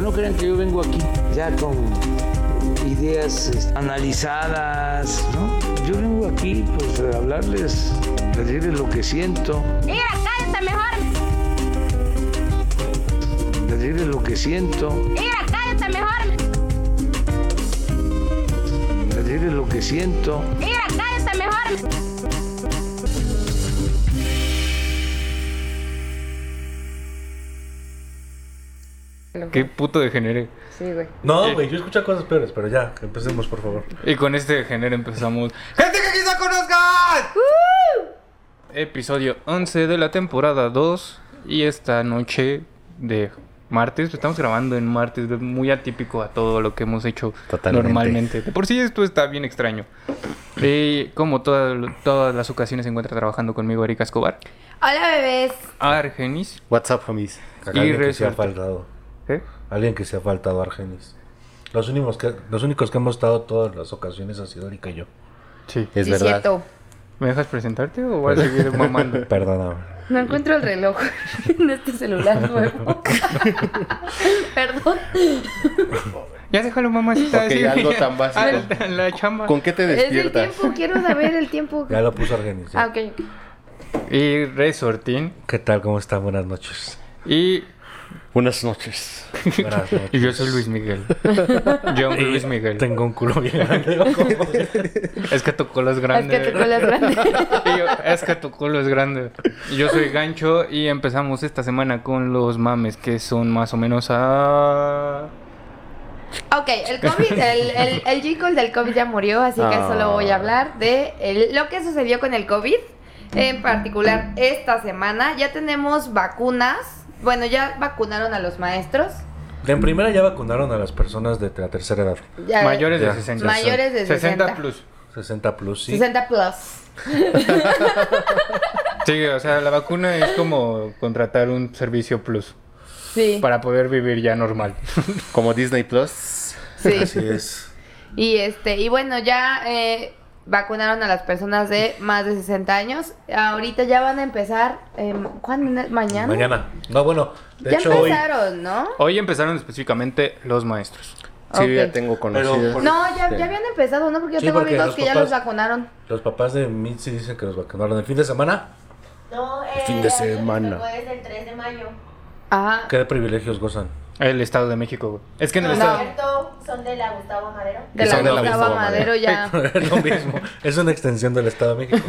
no crean que yo vengo aquí ya con ideas este, analizadas, ¿no? Yo vengo aquí pues a hablarles, a decirles lo que siento, Mira, cállate mejor. a decirles lo que siento, Mira, cállate mejor. a decirles lo que siento. Mira, cállate mejor. Qué puto degenere. Sí, güey. No, güey, yo escucho cosas peores, pero ya, empecemos, por favor. Y con este degenere empezamos. ¡Gente que quizá conozcan! Episodio 11 de la temporada 2. Y esta noche de martes, estamos grabando en martes, es muy atípico a todo lo que hemos hecho Totalmente. normalmente. De por sí esto está bien extraño. Y como todas- todas las ocasiones se encuentra trabajando conmigo Erika Escobar, Hola, bebés. Argenis. What's up, homies? Alguien que se ha resuelto. faltado. ¿eh? Alguien que se ha faltado, Argenis. Los únicos que, los únicos que hemos estado todas las ocasiones ha sido Erika y yo. Sí. Es Sí, verdad. cierto. ¿Me dejas presentarte o vas a seguir mamando? Perdóname. No encuentro el reloj en este celular nuevo. Perdón. Ya déjalo, mamacita. Ok, sí. algo tan básico. Ah, la chamba. ¿Con qué te Es el despiertas? tiempo, quiero saber el tiempo. Ya lo puso Argenis. ya. Ah, ok. Y Resortín. ¿Qué tal? ¿Cómo están? Buenas noches. Y, Buenas noches. Buenas noches. y yo soy Luis Miguel. John Luis Miguel. Tengo un culo bien grande. ¿o cómo? Es que tu cola es Es grande. que tu cola es grande. Y yo, es que tu culo es grande. Y Yo soy Gancho y empezamos esta semana con los mames que son más o menos a... Ok, el COVID, el, el, el jingle del COVID ya murió, así que Ah. solo voy a hablar de el- lo que sucedió con el COVID, en particular esta semana. Ya tenemos vacunas, bueno, ya vacunaron a los maestros. En primera ya vacunaron a las personas de la tercera edad. ya- mayores de Ya. 60. Mayores de 60. plus. 60 plus, sí. 60 plus. Sí, o sea, la vacuna es como contratar un servicio plus Sí, para poder vivir ya normal. Como Disney Plus. sí. Así es. Y este, y bueno, ya eh, vacunaron a las personas de más de 60 años. Ahorita ya van a empezar, eh, ¿cuándo? ¿Mañana? Mañana. No, bueno, de ya hecho hoy. empezaron, ¿no? Hoy empezaron específicamente los maestros. Sí, yo Ok. ya tengo este conocidos. por- No, ya, ya habían empezado, ¿no? Porque yo Sí, tengo porque amigos los que ya los papás- vacunaron. Los papás de Mitzi dicen que los vacunaron el fin de semana. No, eh, fin de a mí me semana. tocó desde el 3 de mayo. Ajá. ¿Qué de privilegios gozan? El Estado de México. güey. Es que en el No, está- no. Estado... cierto, son de la Gustavo Madero. De Son la de la Gustavo Gustavo Madero Madero. ya. Es lo mismo. Es una extensión del Estado de México.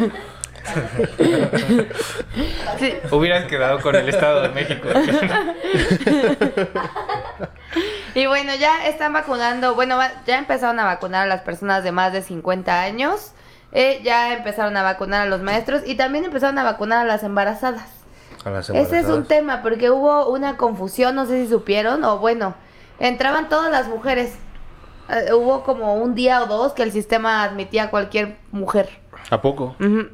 Sí. Hubieras quedado con el Estado de México. Y bueno, ya están vacunando, bueno, va- ya empezaron a vacunar a las personas de más de 50 años. eh, ya empezaron a vacunar a los maestros y también empezaron a vacunar a las embarazadas. A las Ese es un embarazadas. tema, porque hubo una confusión, no sé si supieron, o bueno, entraban todas las mujeres. Eh, hubo como un día o dos que el sistema admitía a cualquier mujer. ¿A poco? Ujú.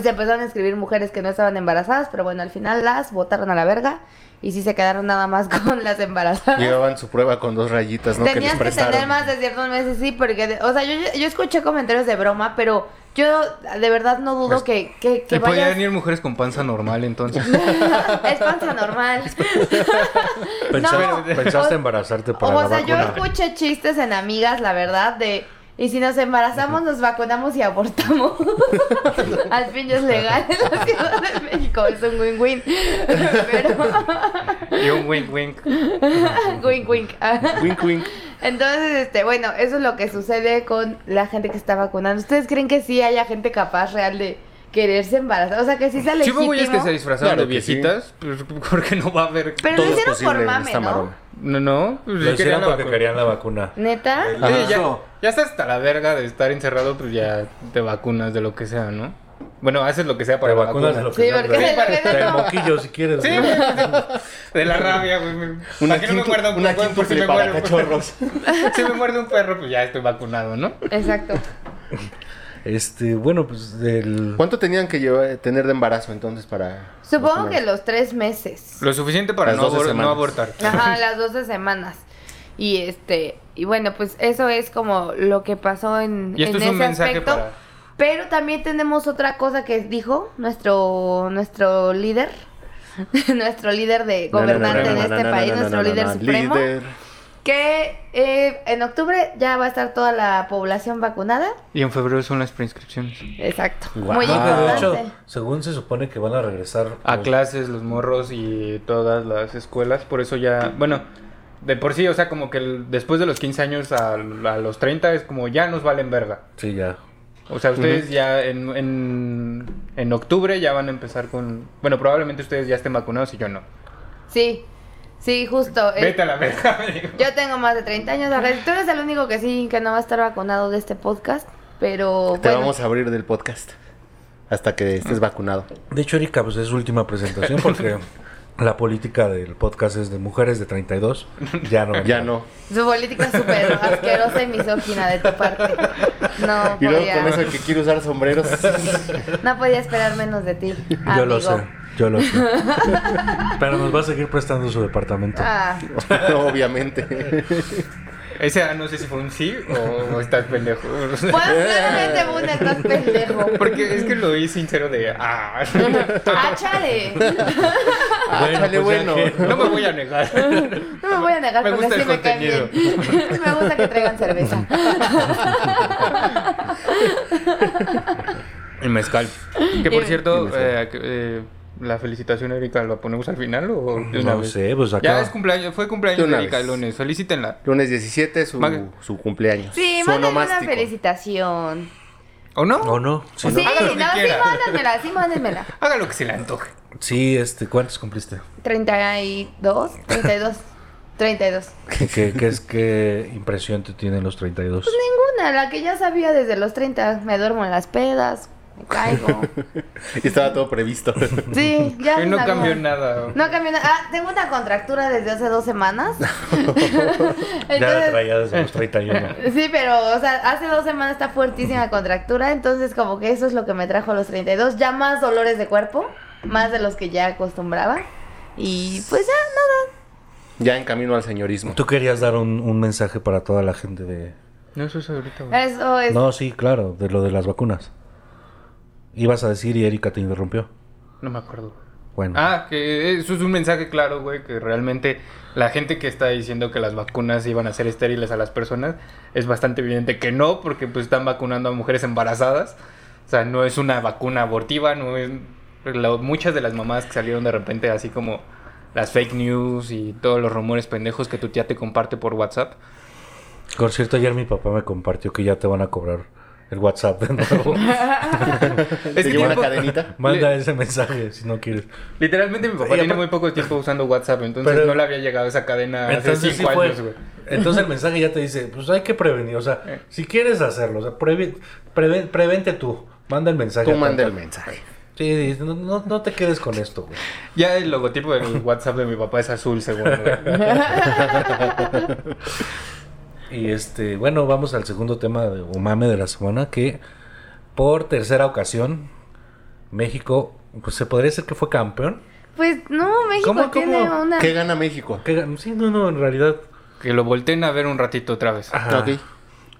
Se empezaron a escribir mujeres que no estaban embarazadas, pero bueno, al final las votaron a la verga y sí se quedaron nada más con las embarazadas. Llevaban su prueba con dos rayitas, ¿no? Tenías que que les prestaron. tener más de ciertos meses, sí, porque, de- o sea, yo, yo escuché comentarios de broma, pero yo de verdad no dudo que, que, que Y podían vayas... ir mujeres con panza normal entonces. es panza normal. Pensaste, No, pensaste o- embarazarte para O la sea, yo vacuna. escuché chistes en amigas, la verdad, de... Y si nos embarazamos, nos vacunamos y abortamos. Al fin ya es legal en la Ciudad de México. Es un win-win. Pero... Y un wink wink. wink, wink. Wink, wink. Entonces, este, bueno, eso es lo que sucede con la gente que está vacunando. ¿Ustedes creen que sí haya gente capaz real de quererse embarazar? O sea, que sí sea Si hubo legítimo. güeyes que se disfrazaron Claro de que sí. viejitas, pues, porque no va a haber. Pero lo Todo es hicieron por posible en mame, esta ¿no? maroma. No, no. pues, sí Lo querían hicieron la porque vacuna. querían la vacuna. ¿Neta? Sí, ya, Ajá. ya está hasta la verga de estar encerrado, pues ya te vacunas de lo que sea, ¿no? Bueno, haces lo que sea para Te la vacunas de vacuna. lo que Sí, sea, porque de- se lo quedan del como- moquillo si quieres. Sí, ¿no? de la rabia, güey. Una ¿Para qué no me quintu- muerda un una perro? Por si quíntuple me para muero. cachorros. si me muerde un perro, pues ya estoy vacunado, ¿no? Exacto. Este, bueno, pues del ¿Cuánto tenían que llevar, tener de embarazo entonces para.? Supongo vacunar? que los tres meses. Lo suficiente para Las no, 12 abor- semanas. no abortar. Mm. Ajá, las 12 semanas. Y este, y bueno, pues eso es como lo que pasó en, Y esto en es un ese mensaje aspecto. para- Pero también tenemos otra cosa que dijo nuestro nuestro líder, nuestro líder de No, no, no, gobernante no, no, de no, este no, país, no, no, nuestro no, no, líder no. supremo, Líder. que eh, en octubre ya va a estar toda la población vacunada. Y en febrero son las preinscripciones. Exacto. Guau. Muy No, pero de importante. hecho, según se supone que van a regresar pues, A los- clases, los morros y todas las escuelas. Por eso ya, bueno, de por sí, o sea, como que el- después de los 15 años a, a los 30 es como ya nos valen verga. Sí, ya. O sea, ustedes ya en, en, en octubre ya van a empezar con... Bueno, probablemente ustedes ya estén vacunados y yo no. Sí, sí, justo. eh, Vete a la verga. me digo. yo tengo más de 30 años. la verdad, Tú eres el único que sí, que no va a estar vacunado de este podcast. Pero Te Oh, bueno, vamos a abrir del podcast hasta que estés vacunado. De hecho, Erika, pues es su última presentación porque la política del podcast es de mujeres de 32. Ya no. Ya no. su política es súper asquerosa y misógina de tu parte. No Y luego con podía, eso que quiere usar sombreros. no podía esperar menos de ti. Yo amigo. lo sé. Yo lo sé. Pero nos va a seguir prestando su departamento. Ah, Obviamente. Ese ah, no sé si fue un sí o, o estás pendejo. O sea, pues claramente Buna estás pendejo. Porque es que lo vi sincero de... Ah, Ah, chale. Ah, chale, pues bueno. no me voy a negar. No me voy a negar Me porque gusta así el me caen bien. Me gusta que traigan cerveza. El mezcal. Que por Y- cierto, eh, que, eh, la felicitación a Erika, ¿la ponemos al final o de una No vez? sé, pues acá. Ya es cumpleaños, fue De cumpleaños de una Erika el vez. lunes, felicítenla. Lunes 17, su, Mag- su cumpleaños. Sí, Su mándenme una onomástico. felicitación. ¿O no? ¿O no? Sí. Sí, Haga lo no, que sí, quiera. mándenmela, sí, mándenmela. Haga lo que se le antoje. Sí, este, ¿cuántos cumpliste? 32, 32, 32. ¿Qué, qué, qué es, ¿Qué impresión te tienen los 32? Ninguna, la que ya sabía desde los 30. Me duermo en las pedas, me caigo. Y estaba todo previsto. Sí, ya. Hoy no sabía. cambió nada. No cambió nada. Ah, tengo una contractura desde hace dos semanas. Ya la Entonces, traía desde los 31. Sí, pero, o sea, hace dos semanas está fuertísima contractura, entonces como que eso es lo que me trajo a los 32, ya más dolores de cuerpo, más de los que ya acostumbraba, y pues ya, nada. Ya en camino al señorismo. Tú querías dar un, un mensaje para toda la gente de... No, eso es ahorita. güey. Eso es... No, sí, claro, de lo de las vacunas. Ibas a decir y Erika te interrumpió. No me acuerdo. Bueno. Ah, que eso es un mensaje claro, güey, que realmente la gente que está diciendo que las vacunas iban a ser estériles a las personas es bastante evidente que no, porque pues están vacunando a mujeres embarazadas. O sea, no es una vacuna abortiva, no es... lo- muchas de las mamás que salieron de repente así como las fake news y todos los rumores pendejos que tu tía te comparte por WhatsApp. Por cierto, ayer mi papá me compartió que ya te van a cobrar el WhatsApp de nuevo. Te que llevó una tiempo- cadenita. Manda Le- ese mensaje si no quieres. Literalmente mi papá Y tiene apar- muy poco tiempo usando WhatsApp, entonces Pero- no le había llegado esa cadena hace Entonces, sí Ah, cinco fue- años, güey. entonces el mensaje ya te dice, pues hay que prevenir. O sea, Eh. si quieres hacerlo, o sea, previ- preven- prevente tú. Manda el mensaje. Tú a manda el tanta- mensaje. Sí, sí, no, no, no te quedes con esto, güey. Ya el logotipo de mi WhatsApp de mi papá es azul, según. güey. Y este, bueno, vamos al segundo tema de umame de la semana, que por tercera ocasión, México, pues se podría decir que fue campeón. Pues no, México ¿Cómo, cómo? tiene una... ¿Qué gana México? Que gan- Sí, no, no, en realidad. Que lo volteen a ver un ratito otra vez. ajá. Ok.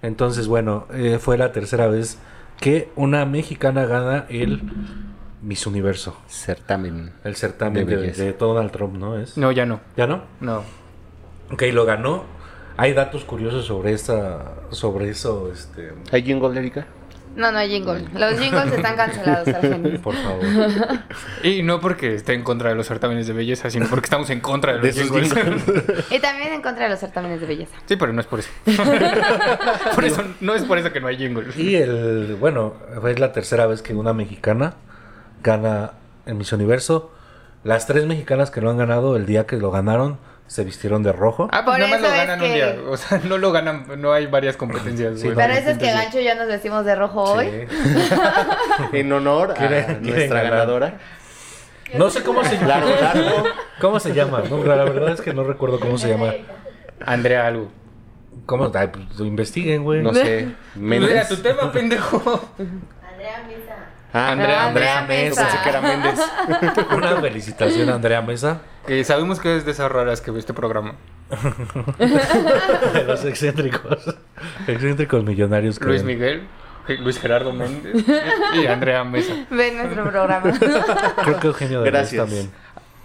Entonces, bueno, eh, fue la tercera vez que una mexicana gana el Miss Universo, Certamen. el certamen De de, belleza. de Donald Trump, ¿no es? No, ya no. ¿Ya no? No. Ok, lo ganó. Hay datos curiosos sobre esta, sobre eso, este, ¿Hay jingle, Erika? No, no hay jingle. Los jingles están cancelados, Argenis. por favor. Y no porque esté en contra de los certámenes de belleza, sino porque estamos en contra de los De esos jingles. jingles. Y también en contra de los certámenes de belleza. Sí, pero no es por eso. por eso no es por eso que no hay jingles. Y el, bueno, es la tercera vez que una mexicana gana el Miss Universo. Las tres mexicanas que lo han ganado, el día que lo ganaron, se vistieron de rojo. Ah, pues Por nada más eso lo es ganan un que- día. O sea, no lo ganan, no hay varias competencias. Sí, güey. no. Pero eso es que Gancho y yo nos vestimos de rojo hoy. Sí. En honor a ¿Quieren- quieren nuestra ganar? ganadora. No sé cómo se Largo, largo. ¿Cómo se llama? No, la verdad es que no recuerdo cómo se llama. Andrea algo. ¿Cómo? Ay, pues, lo investiguen, güey. No sé. Mira tu Méndez. tema, pendejo. Andrea Mesa. Ah, Andrea- Andrea Mesa. Pensé que era Méndez. Una felicitación a Andrea Mesa Que sabemos que es de esas raras que ve este programa. de los excéntricos. Excéntricos millonarios. que- Luis Miguel, Luis Gerardo Méndez y Andrea Mesa. Ven nuestro programa. Creo que Eugenio de Gracias. también.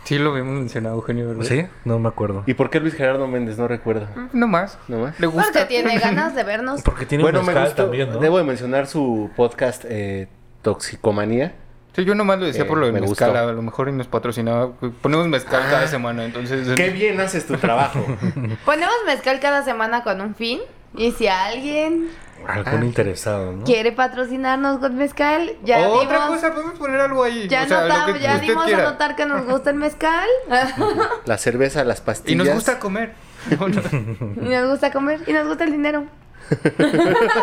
Sí lo habíamos mencionado, Eugenio, ¿verdad? ¿Sí? No me acuerdo. ¿Y por qué Luis Gerardo Méndez? No recuerdo. No más. No más. Le gusta. Porque tiene ganas de vernos. Porque tiene bueno, un me mezcal gustó. también, ¿no? Debo de mencionar su podcast eh, Toxicomanía. Sí, yo nomás lo decía Eh, por lo de me mezcal. gustó. Ah. A lo mejor y nos patrocinaba. Ponemos mezcal cada semana, entonces. Pues Qué bien haces tu trabajo. Ponemos mezcal cada semana con un fin. Y si alguien Algún Ah. interesado, ¿no? quiere patrocinarnos con mezcal, ya Otra dimos- cosa, podemos poner algo ahí. Ya, o sea, lo notamos- que ya usted dimos quiera. a notar que nos gusta el mezcal. La cerveza, las pastillas. Y nos gusta comer. No, no, y nos gusta comer. Y nos gusta el dinero.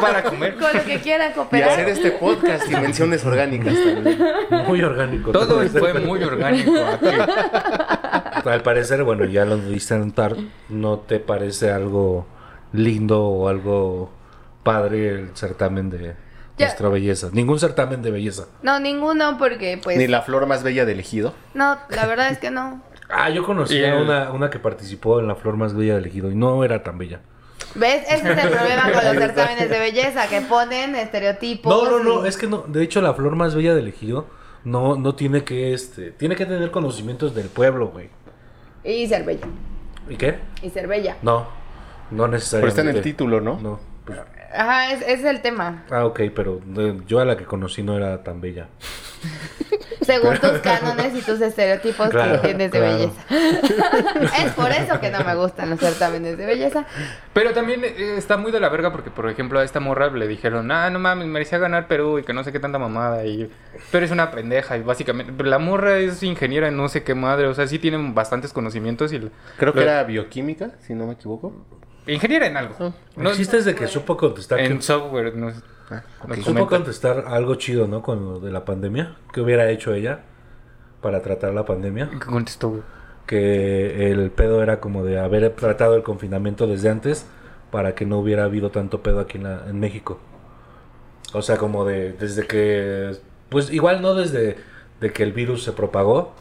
Para comer. Con lo que quiera Y hacer cooperar. este podcast Dimensiones Orgánicas también. Muy orgánico. Todo fue muy orgánico aquí. Al parecer, bueno, ya lo diste a notar, ¿no te parece algo lindo o algo padre el certamen de Ya. nuestra belleza? Ningún certamen de belleza. No, ninguno, porque pues. Ni la flor más bella del ejido. No, la verdad es que no. Ah, yo conocí Y a el- una, una que participó en la flor más bella del ejido y no era tan bella. ¿Ves? Ese es el problema con los certámenes de belleza, que ponen estereotipos. No, no, no, y- es que no. De hecho, la flor más bella del ejido no, no tiene que, este, tiene que tener conocimientos del pueblo, güey. Y ser bella. ¿Y qué? Y ser bella. No, no Pero necesariamente. está en el título, ¿no? No. pues- Ajá, es- ese es el tema. ah, ok, pero eh, yo a la que conocí no era tan bella. Según tus cánones y tus estereotipos Claro, que tienes de claro. belleza. es por eso que no me gustan los certámenes de belleza. Pero también eh, está muy de la verga porque, por ejemplo, a esta morra le dijeron, ah, no mames, merecía ganar Perú y que no sé qué tanta mamada. Y tú eres una pendeja. Y básicamente, pero la morra es ingeniera en no sé qué madre. O sea, sí tienen bastantes conocimientos y. la- Creo que Lo- era bioquímica, si no me equivoco. Ingeniera en algo. No, No, el chiste es de que supo contestar. que- en software. No, nos supo comenta. contestar algo chido, ¿no? Con lo de la pandemia. ¿Qué hubiera hecho ella para tratar la pandemia? ¿Qué contestó, güey? Que el pedo era como de haber tratado el confinamiento desde antes para que no hubiera habido tanto pedo aquí en, la- en México. O sea, como de desde que... Pues igual no desde de que el virus se propagó,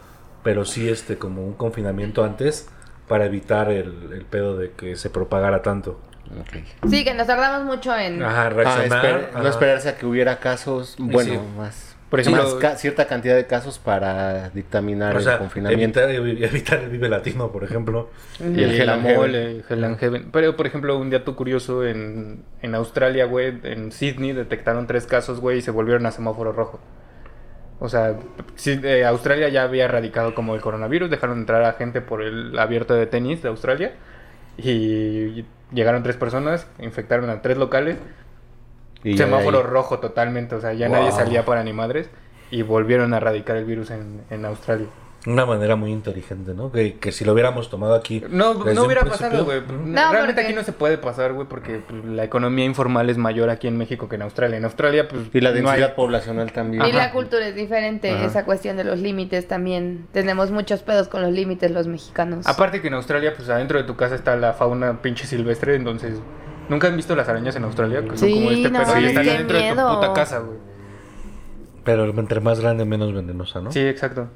pero sí este como un confinamiento antes para evitar el, el pedo de que se propagara tanto. Sí, que nos tardamos mucho en. Ajá, Ah, reaccionar. esper- ajá. no esperarse a que hubiera casos, bueno, sí. más, Por ejemplo- más ca- cierta cantidad de casos para dictaminar O sea, el confinamiento. Evitar, evitar el Vive Latino, por ejemplo. Y el Hell Hell and and Heaven. Eh, Mole, Hell and Heaven. Pero, por ejemplo, un dato curioso en, en Australia, güey, en Sydney detectaron tres casos, güey, y se volvieron a semáforo rojo. O sea, sí, eh, Australia ya había erradicado como el coronavirus, dejaron entrar a gente por el abierto de tenis de Australia y llegaron tres personas, infectaron a tres locales, Y ya de semáforo ahí- rojo totalmente, o sea, ya nadie Wow. salía para ni madres y volvieron a erradicar el virus en, en Australia. Una manera muy inteligente, ¿no? Que, que si lo hubiéramos tomado aquí. No, desde no un hubiera principio, pasado, güey. ¿no? No, Realmente porque- aquí no se puede pasar, güey, porque pues, la economía informal es mayor aquí en México que en Australia. En Australia, pues. Y la no densidad hay- poblacional también. Y la cultura es diferente, Ajá. esa cuestión de los límites también. Tenemos muchos pedos con los límites los mexicanos. Aparte que en Australia, pues adentro de tu casa está la fauna pinche silvestre, entonces. ¿Nunca han visto las arañas en Australia? Que son Sí, como este no pedo y mames, están qué adentro de miedo. tu puta casa, güey. Pero entre más grande, menos venenosa, ¿no? Sí, exacto.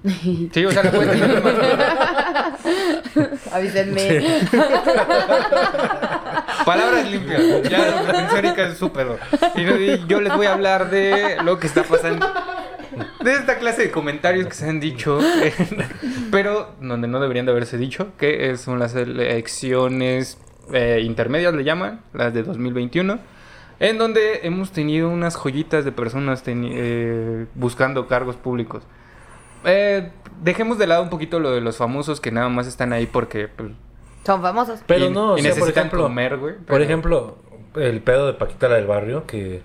Sí, o sea, la puedes tener más- Avísenme. Palabras limpias. Ya la presencia ahorita es su pedo. Y no- Y yo les voy a hablar de lo que está pasando. De esta clase de comentarios que se han dicho, pero donde no deberían de haberse dicho, que es- son las elecciones eh, intermedias, le llaman, las de 2021, en donde hemos tenido unas joyitas de personas teni- eh, buscando cargos públicos. Eh, dejemos de lado un poquito lo de los famosos que nada más están ahí porque pues, Son famosos. Pero Y- no, o y sea, por necesitan ejemplo. comer, güey, Por pero- ejemplo, el pedo de Paquita la del barrio que,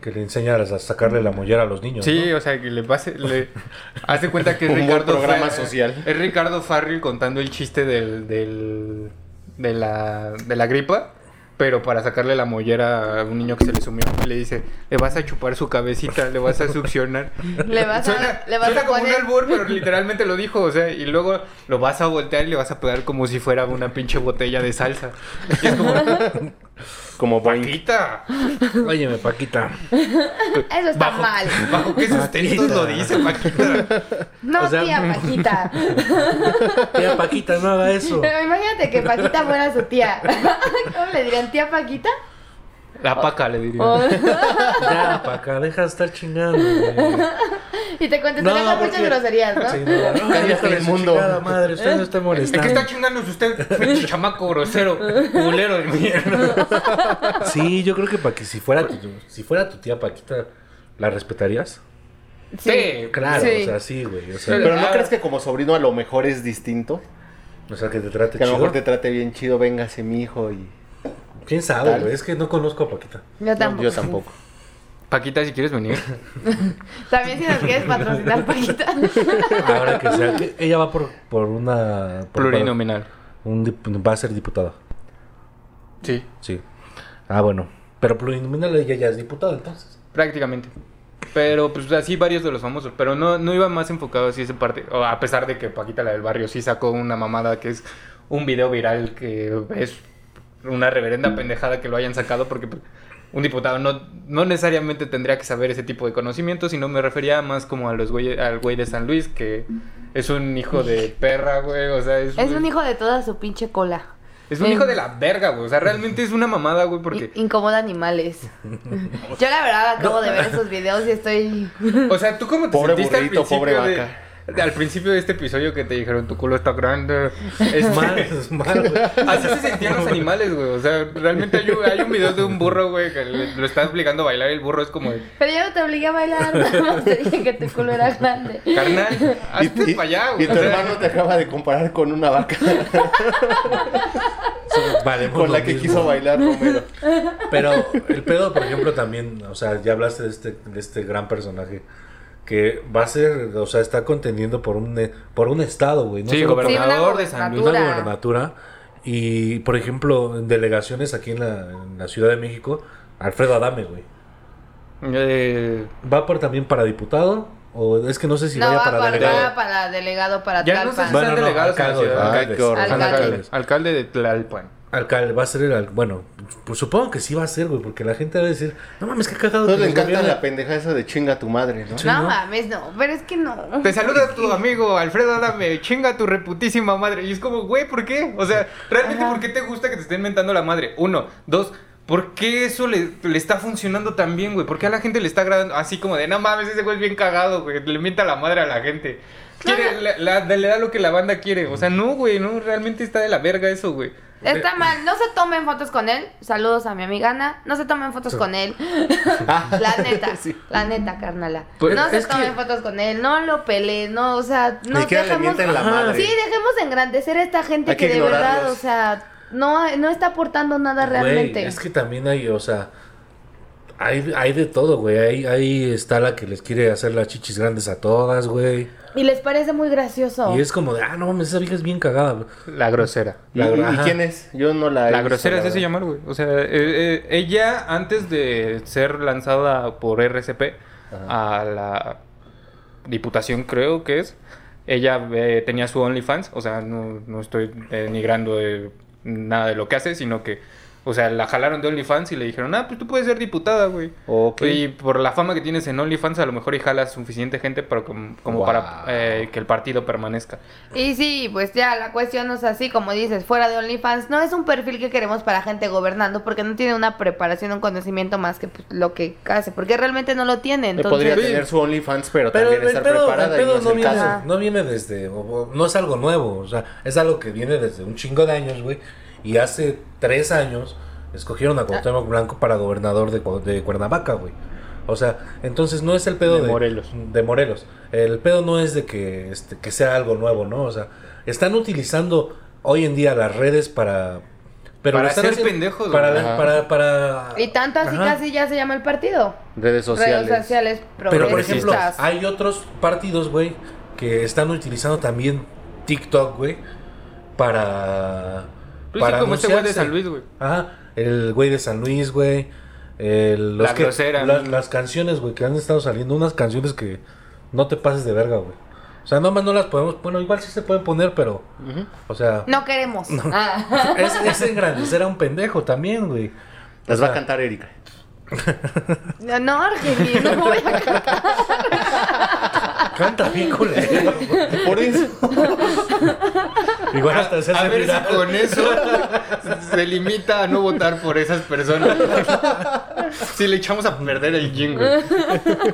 que le enseña a sacarle la mollera a los niños. Sí, ¿no? o sea, que le pase, le hace cuenta que es Un buen Ricardo programa Fa- social. Es Ricardo Farril contando el chiste del, del- de, la, de la gripa, pero para sacarle la mollera a un niño que se le sumió, le dice, le vas a chupar su cabecita, le vas a succionar. Le vas a, Suena, le vas suena a como poner. un albur, pero literalmente lo dijo, o sea, y luego lo vas a voltear y le vas a pegar como si fuera una pinche botella de salsa. Y es como, Como boing. "Paquita, Óyeme, Paquita. Eso está bajo- mal. ¿Bajo qué sustento lo dice, Paquita? No, o sea- tía Paquita. Tía Paquita, no haga eso. Pero imagínate que Paquita fuera su tía. ¿Cómo le dirían tía Paquita? La paca, le diría. O- Ya, paca, deja de estar chingando. güey. y te contestarán con muchas porque- groserías, ¿no? Sí, no, no, Cállate hijo de el su mundo. chingada Madre, usted no está Es molestando. que está chingando usted, pinche chamaco grosero, culero de mierda. Sí, yo creo que para que si fuera tu, si fuera tu tía Paquita, ¿la respetarías? Eh, Sí, Claro, Sí. o sea, sí, güey. O sea, Sí. Pero ¿no Ah. crees que como sobrino a lo mejor es distinto? o sea, que te trate Que a lo chido. mejor te trate bien chido, véngase mi hijo y... ¿Quién sabe, Tal. güey? Es que no conozco a Paquita. Yo No, tampoco. yo tampoco. Paquita, si quieres venir. También si nos quieres patrocinar, Paquita. Ahora que sea, que ella va por, por una... por- Plurinominal. un dip- va a ser diputada, Sí, sí. Ah, bueno. Pero plurinominal ella ya es diputada, entonces. prácticamente. Pero pues así varios de los famosos. Pero no, no iba más enfocado así esa parte. O, a pesar de que Paquita la del barrio sí sacó una mamada que es un video viral que es una reverenda pendejada que lo hayan sacado porque pues, un diputado no, no necesariamente tendría que saber ese tipo de conocimientos, sino me refería más como a los güey, al güey de San Luis que es un hijo de perra, güey. O sea, es, Es un hijo de toda su pinche cola. Es un hijo de la verga, güey. O sea, realmente es una mamada, güey, porque... In- incomoda animales. Yo la verdad acabo de ver esos videos y estoy... O sea, ¿tú cómo te Pobre sentiste burrito, al principio pobre de- vaca. de- al principio de este episodio que te dijeron, tu culo está grande. Es Mal, mal. es mal, güey. Así se sentían los animales, güey. O sea, realmente hay, un- hay un video de un burro, güey, que le- lo está obligando a bailar. y El burro es como, de, Pero yo no te obligué a bailar, nada más te dije que tu culo era grande. carnal, hazte Ah, este para allá, güey. y tu O sea, hermano te acaba de comparar con una vaca Valemos con lo la que mismo. quiso bailar Romero. Pero el pedo, por ejemplo, también, o sea, ya hablaste de este, de este gran personaje que va a ser, o sea, está contendiendo por un, eh, por un estado, güey. No Sí, solo por Sí, una gobernador de San Luis. una Dura. gobernatura. Y, por ejemplo, en delegaciones aquí en la, en la Ciudad de México, Alfredo Adame, güey. Eh, ¿Va por también para diputado? O es que no sé si no, vaya va para para, delegado. va para delegado, para Ya no Tlalpan. sé si- Sean delegados en la alcalde, ciudad. alcaldes, Ay, qué horror. alcaldes. Alcalde. alcalde de Tlalpan. Alcalde, va a ser el... al- Bueno, pues supongo que sí va a ser, güey, porque la gente va a decir, no mames, qué cagado. Entonces que le nos encanta gobierne". la pendeja esa de chinga tu madre, ¿no? Sí, No ¿no? mames, no, pero es que no. Te saluda tu amigo Alfredo Adame, chinga tu reputísima madre. Y es como, güey, ¿por qué? O sea, ¿realmente por qué te gusta que te estén mentando la madre? Uno, dos, ¿por qué eso le, le está funcionando tan bien, güey? ¿Por qué a la gente le está agradando? Así como de, no mames, ese güey es bien cagado, güey, le mienta la madre a la gente. Quiere, la- la- le da lo que la banda quiere. O sea, no, güey, no, realmente está de la verga eso, güey. Está mal, no se tomen fotos con él. Saludos a mi amiga Ana. No se tomen fotos con él. Ah, la neta, la neta, carnala. Pues, no se es que- tomen fotos con él, no lo peleen, no, o sea, no Ni siquiera le dejemos. mienten la Ajá. madre. Sí, dejemos de engrandecer a esta gente Hay que, que de verdad, ignorarlos. o sea, no, no está aportando nada Güey, realmente. es que también hay, o sea, hay, hay de todo, güey. Ahí, ahí está la que les quiere hacer las chichis grandes a todas, güey. Y les parece muy gracioso. Y es como de, ah, no mames, esa vieja es bien cagada. güey. La grosera. ¿Y, La- y- y ajá. quién es? Yo no la he La visto, grosera es la ese verdad. llamar, güey. O sea, eh, eh, ella antes de ser lanzada por RCP a la diputación, creo que es, ella eh, tenía su OnlyFans. O sea, no, no estoy denigrando de nada de lo que hace, sino que, o sea, la jalaron de OnlyFans y le dijeron, ah, pues tú puedes ser diputada, güey. Ok. Y por la fama que tienes en OnlyFans, a lo mejor y jalas suficiente gente pero como, como Wow. para eh, que el partido permanezca. Y sí, pues ya la cuestión es así, como dices, fuera de OnlyFans, no es un perfil que queremos para gente gobernando porque no tiene una preparación, un conocimiento más que pues, lo que hace, porque realmente no lo tiene. Eh, Entonces, Podría Sí. tener su OnlyFans, pero, Pero también el estar pedo, el preparada y pedo no es no, el viene, caso. no viene desde, o- o- no es algo nuevo, o sea, es algo que viene desde un chingo de años, güey. Y hace tres años escogieron a Cuauhtémoc Blanco para gobernador de, Cu- de Cuernavaca, güey. O sea, entonces no es el pedo De de Morelos. de Morelos. El pedo no es de que, este, que sea algo nuevo, ¿no? O sea, están utilizando hoy en día las redes para... Pero Para lo están ser haciendo- pendejos, güey. Para, Ajá. para, para... Y tanto así Ajá. casi ya se llama el partido. Redes sociales. Redes sociales Pero por ejemplo, progresistas. hay otros partidos, güey, que están utilizando también TikTok, güey, para. Pues sí, como este güey de anunciarse. San Luis, güey. Ajá, el güey de San Luis, güey. el- los La que- grosera, la- ¿no? Las canciones, güey, que han estado saliendo. Unas canciones que no te pases de verga, güey. O sea, nomás no las podemos. Bueno, igual sí se pueden poner, pero. O sea. No queremos. Ah. Es, es engrandecer a un pendejo también, güey. Las va a cantar Erika. No, no, Argenis, no voy a cantar. Canta bien, culero. Por eso. Igual hasta se A hace ver viral. si con eso se limita a no votar por esas personas. Si le echamos a perder el jingle.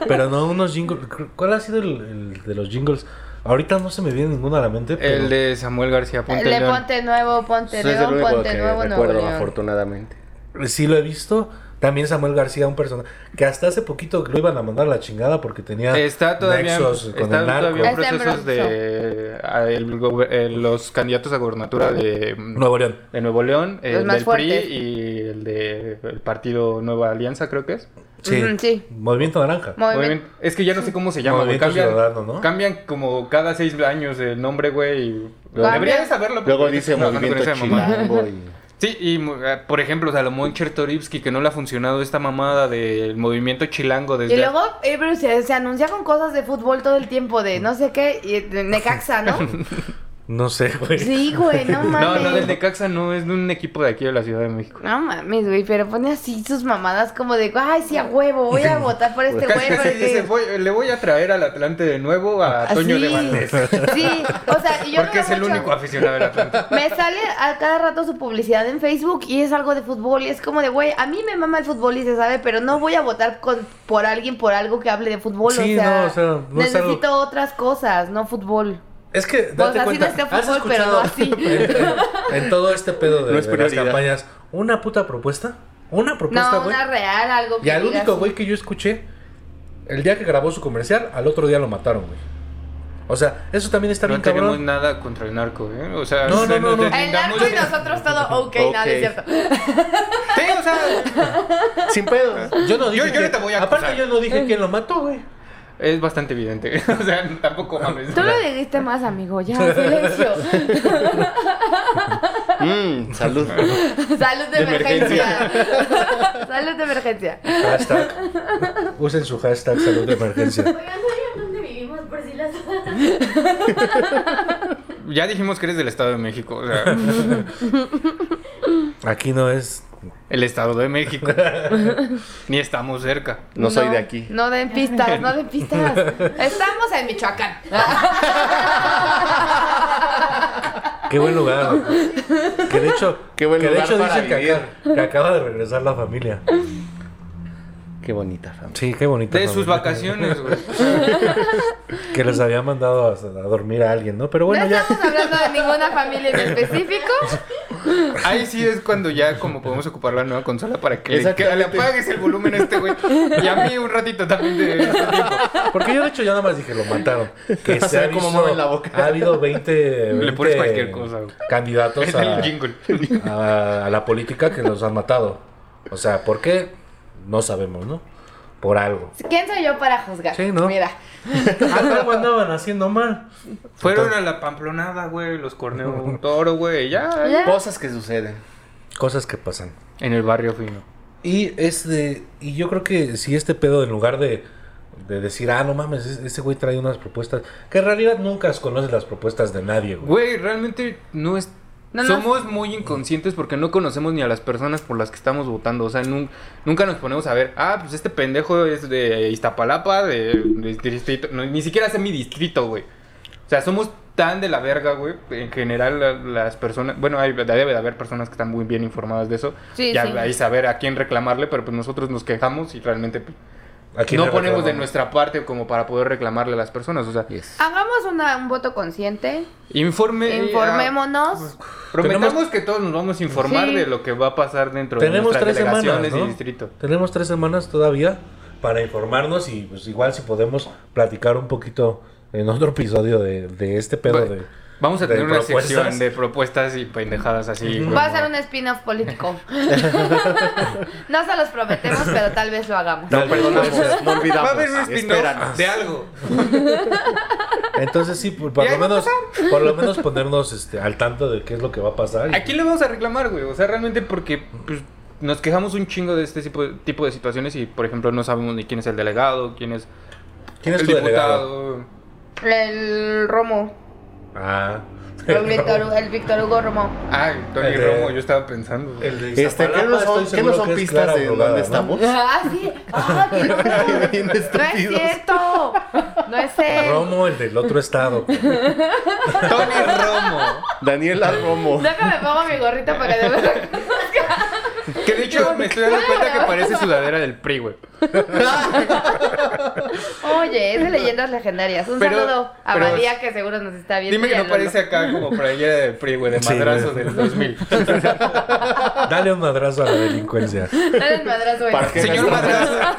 Pero no unos jingles. ¿Cuál ha sido el, el de los jingles? Ahorita no se me viene ninguno a la mente. Pero... El de Samuel García Ponte Le León. ponte nuevo, ponte Ese es el nuevo, único ponte que nuevo, Nuevo recuerdo, León. afortunadamente. Sí lo he visto. También Samuel García, un personaje que hasta hace poquito lo iban a mandar a la chingada porque tenía Está todavía, nexos con está el narco. todavía en Está en procesos de a el gober- eh, los candidatos a gobernatura de, Nuevo León. de Nuevo León, el Los más del PRI fuertes. y el de el partido Nueva Alianza, creo que es. Sí. Ujú, sí. Movimiento Naranja. Movimiento. Movimiento- Es que ya no sé cómo se llama, güey. Movimiento Cambian, Ciudadano, ¿no? cambian como cada seis años el nombre, güey. y- Cambia. Deberían de saberlo. porque Luego yo dice estoy trabajando con movimiento esa mamada. chilango y... Sí, y eh, por ejemplo, Salomón Chertorivsky, que no le ha funcionado esta mamada del movimiento chilango Pues desde. Y luego, eh, pero se, se anuncia con cosas de fútbol todo el tiempo, de no sé qué, y de Necaxa, ¿no? No sé, güey. Sí, güey, no No, mames. no, del Necaxa no, es de un equipo de aquí de la Ciudad de México. No mames, güey, pero pone así sus mamadas como de, ay, sí, a huevo, voy a votar por este Casi güey. casi porque- dice, "Voy- le voy a traer al Atlante de nuevo a Así. Toño de Valdés. Sí, o sea, y yo Porque lo veo es el mucho. único aficionado del Atlante. Me sale a cada rato su publicidad en Facebook y es algo de fútbol y es como de, güey, a mí me mama el fútbol y se sabe, pero no voy a votar con, por alguien por algo que hable de fútbol. Sí, o sea, no, o sea, no es necesito algo- otras cosas, no fútbol. Es que date O sea, sí cuenta, Pues no está ¿has fútbol, pero escuchado no así. en, en todo este pedo de, No es de las prioridad. campañas, una puta propuesta, una propuesta, No, güey. una real, algo que Y al digas, único güey que yo escuché, el día que grabó su comercial, al otro día lo mataron, güey. O sea, eso también está No bien tenemos cabrón. nada contra el narco, ¿eh? O sea, No, no, no, no. El narco y nosotros todo, ok, nada, Ok. es cierto. Sí, o sea, Sin pedo. Yo no dije. Yo- yo no que- te voy a Aparte, acusar. yo no dije quién lo mató, güey. es bastante evidente. O sea, tampoco mames. Tú lo dijiste más, amigo, ya, silencio. Mm, salud. Salud de De emergencia. emergencia. Salud de emergencia. Hashtag. Usen su hashtag salud de emergencia. Oigan, ¿saben dónde vivimos por si las... Ya dijimos que eres del Estado de México. O sea, Aquí no es. el Estado de México. Ni estamos cerca. No soy de aquí. No den pistas, no den pistas. Estamos en Michoacán. Qué buen lugar. güey. Que de hecho. Qué buen que de lugar hecho para dicen que, vivir. acá- que acaba de regresar la familia. Qué bonita familia. Sí, qué bonito. De sus vacaciones, güey. Que les había mandado a, a dormir a alguien, ¿no? Pero bueno, no ya. estamos hablando de ninguna familia en específico. Ahí sí es cuando ya como podemos ocupar la nueva consola para que le, que Exactamente. le apagues el volumen a este güey. Y a mí un ratito también de este tiempo. Porque yo de hecho ya nada más dije, lo mataron. Que O se sea, ha cómo visto- mueven la boca. Ha habido 20, Le pones 20 cualquier cosa, güey. Candidatos Es el a, jingle. a- a la política que los han matado. O sea, ¿por qué? No sabemos, ¿no? Por algo. ¿Quién soy yo para juzgar? Sí, ¿no? Mira, Algo andaban haciendo mal. Fueron a la pamplonada, güey, los corneó un toro, güey, ya. Ya. Cosas que suceden. Cosas que pasan. En el barrio fino. Y este, y yo creo que si este pedo, en lugar de, de decir, ah, no mames, es- este güey trae unas propuestas, que en realidad nunca conoces las propuestas de nadie, güey. Güey, realmente no es... No, no. Somos muy inconscientes porque no conocemos ni a las personas por las que estamos votando. O sea, nun- nunca nos ponemos a ver, ah, pues este pendejo es de Iztapalapa, de, de distrito. no, ni siquiera sé mi distrito, güey. O sea, somos tan de la verga, güey. En general, la- las personas. Bueno, hay, debe de haber personas que están muy bien informadas de eso. Sí, y sí. ahí saber a quién reclamarle, pero pues nosotros nos quejamos y realmente pues, ¿A quién no le ponemos de reclamamos? nuestra parte como para poder reclamarle a las personas. O sea, Yes. hagamos una- un voto consciente. informe. Informémonos. Prometemos Tenemos- que todos nos vamos a informar Sí. de lo que va a pasar dentro Tenemos de tres nuestras semanas, delegaciones ¿no? y distrito. Tenemos tres semanas todavía para informarnos y pues igual si podemos platicar un poquito en otro episodio de, de este pedo Bueno, de... Vamos a de tener una propuestas. sección de propuestas y pendejadas así. como- Va a ser un spin-off político. no se los prometemos, pero tal vez lo hagamos. No perdonamos, no olvidamos. Va a haber un spin-off Ah, Espéranos. de algo. Entonces sí, por, por ¿Y lo ahí va a menos, por lo menos ponernos este, al tanto de qué es lo que va a pasar. y- ¿A quién le vamos a reclamar, güey? O sea, realmente porque pues, nos quejamos un chingo de este tipo de, tipo de situaciones y, por ejemplo, no sabemos ni quién es el delegado, quién es, ¿Quién es el tu delegado? diputado. El Romo. Ah. El Víctor, Hu- el Víctor Hugo Romo. Ay, Tony El de- Romo, yo estaba pensando. El de Este, ¿qué no Iztapalapa, son, estoy qué no seguro son que es pistas Clara de Brugada, dónde ¿no? estamos? Ah, sí. Ah, qué loco. Bien No es estúpidos. cierto. No es él. Romo, el del otro estado. güey. Tony Romo. Daniela Romo. Déjame pongo mi gorrito para que te vea. Que de hecho me estoy dando cuenta que parece sudadera del PRI, güey. Oye, es de leyendas legendarias. Un Pero- saludo a pero- Badía que seguro nos está viendo. Dime que y a no Lolo. parece acá como para ella del PRI, güey, de Sí, madrazo güey. del 2000. Dale un madrazo a la delincuencia. Dale el madrazo, güey. ¿Para qué? Señor nuestra- Madrazo.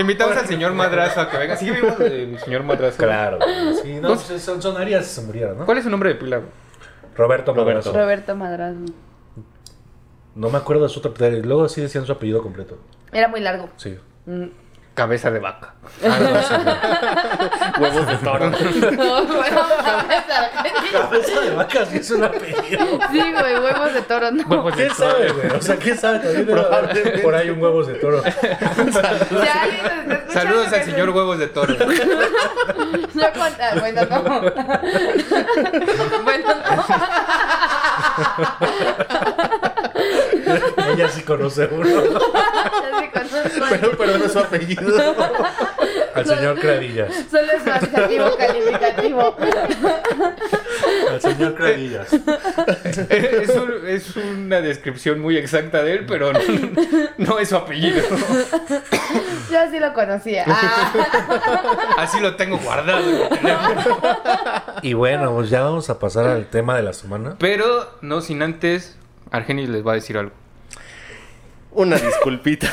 Invitamos al señor Madrazo a que venga. Sí, vimos el señor Madrazo. Claro. güey. Sí, no, pues, son, sonarías si se muriera, ¿no? ¿Cuál es su nombre de pila? güey? Roberto Madrazo. Roberto Madrazo. No me acuerdo de su otro apellido. Luego sí decían su apellido completo. Era muy largo. Sí. Mm. Cabeza de vaca. Huevos de toro. No, güey, vamos a empezar. Cabeza de vaca sí es un apellido. Sí, güey, huevos de toro, no. ¿Quién sabe, güey? O sea, ¿quién sabe? También debe haber Probablemente. por ahí un huevos de toro. Si alguien nos está escuchando Saludos que al se- señor Huevos de Toro. No conta, bueno, no. bueno, no. Ella sí conoce uno. Ya sí conozco. Pero, pero no es su apellido. Al señor Cradillas. Solo es adjetivo calificativo. Al señor Cradillas. Es, un- es una descripción muy exacta de él, pero no, no es su apellido. Yo así lo conocía. Ah, Así lo tengo guardado. en mi teléfono. Y bueno, pues ya vamos a pasar al tema de la semana. Pero no sin antes, Argenis les va a decir algo. Una disculpita.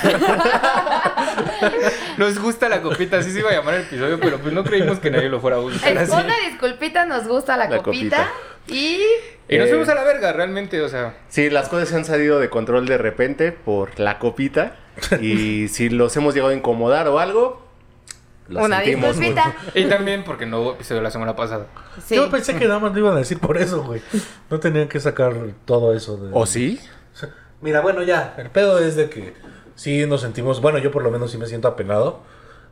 Nos gusta la copita, así se iba a llamar el episodio, pero pues no creímos que nadie lo fuera a buscar es así. una disculpita, nos gusta la, La copita. copita. Y Y nos Eh, fuimos a la verga, realmente, o sea. Sí, las cosas se han salido de control de repente por la copita. Y si los hemos llegado a incomodar o algo, lo una sentimos disculpita. Y también porque no hubo episodio la semana pasada. Sí. Yo pues, pensé que nada más lo iban a decir por eso, güey. No tenían que sacar todo eso. De... mucho. ¿O sí? Mira, bueno, ya. El pedo es de que sí nos sentimos. Bueno, yo por lo menos sí me siento apenado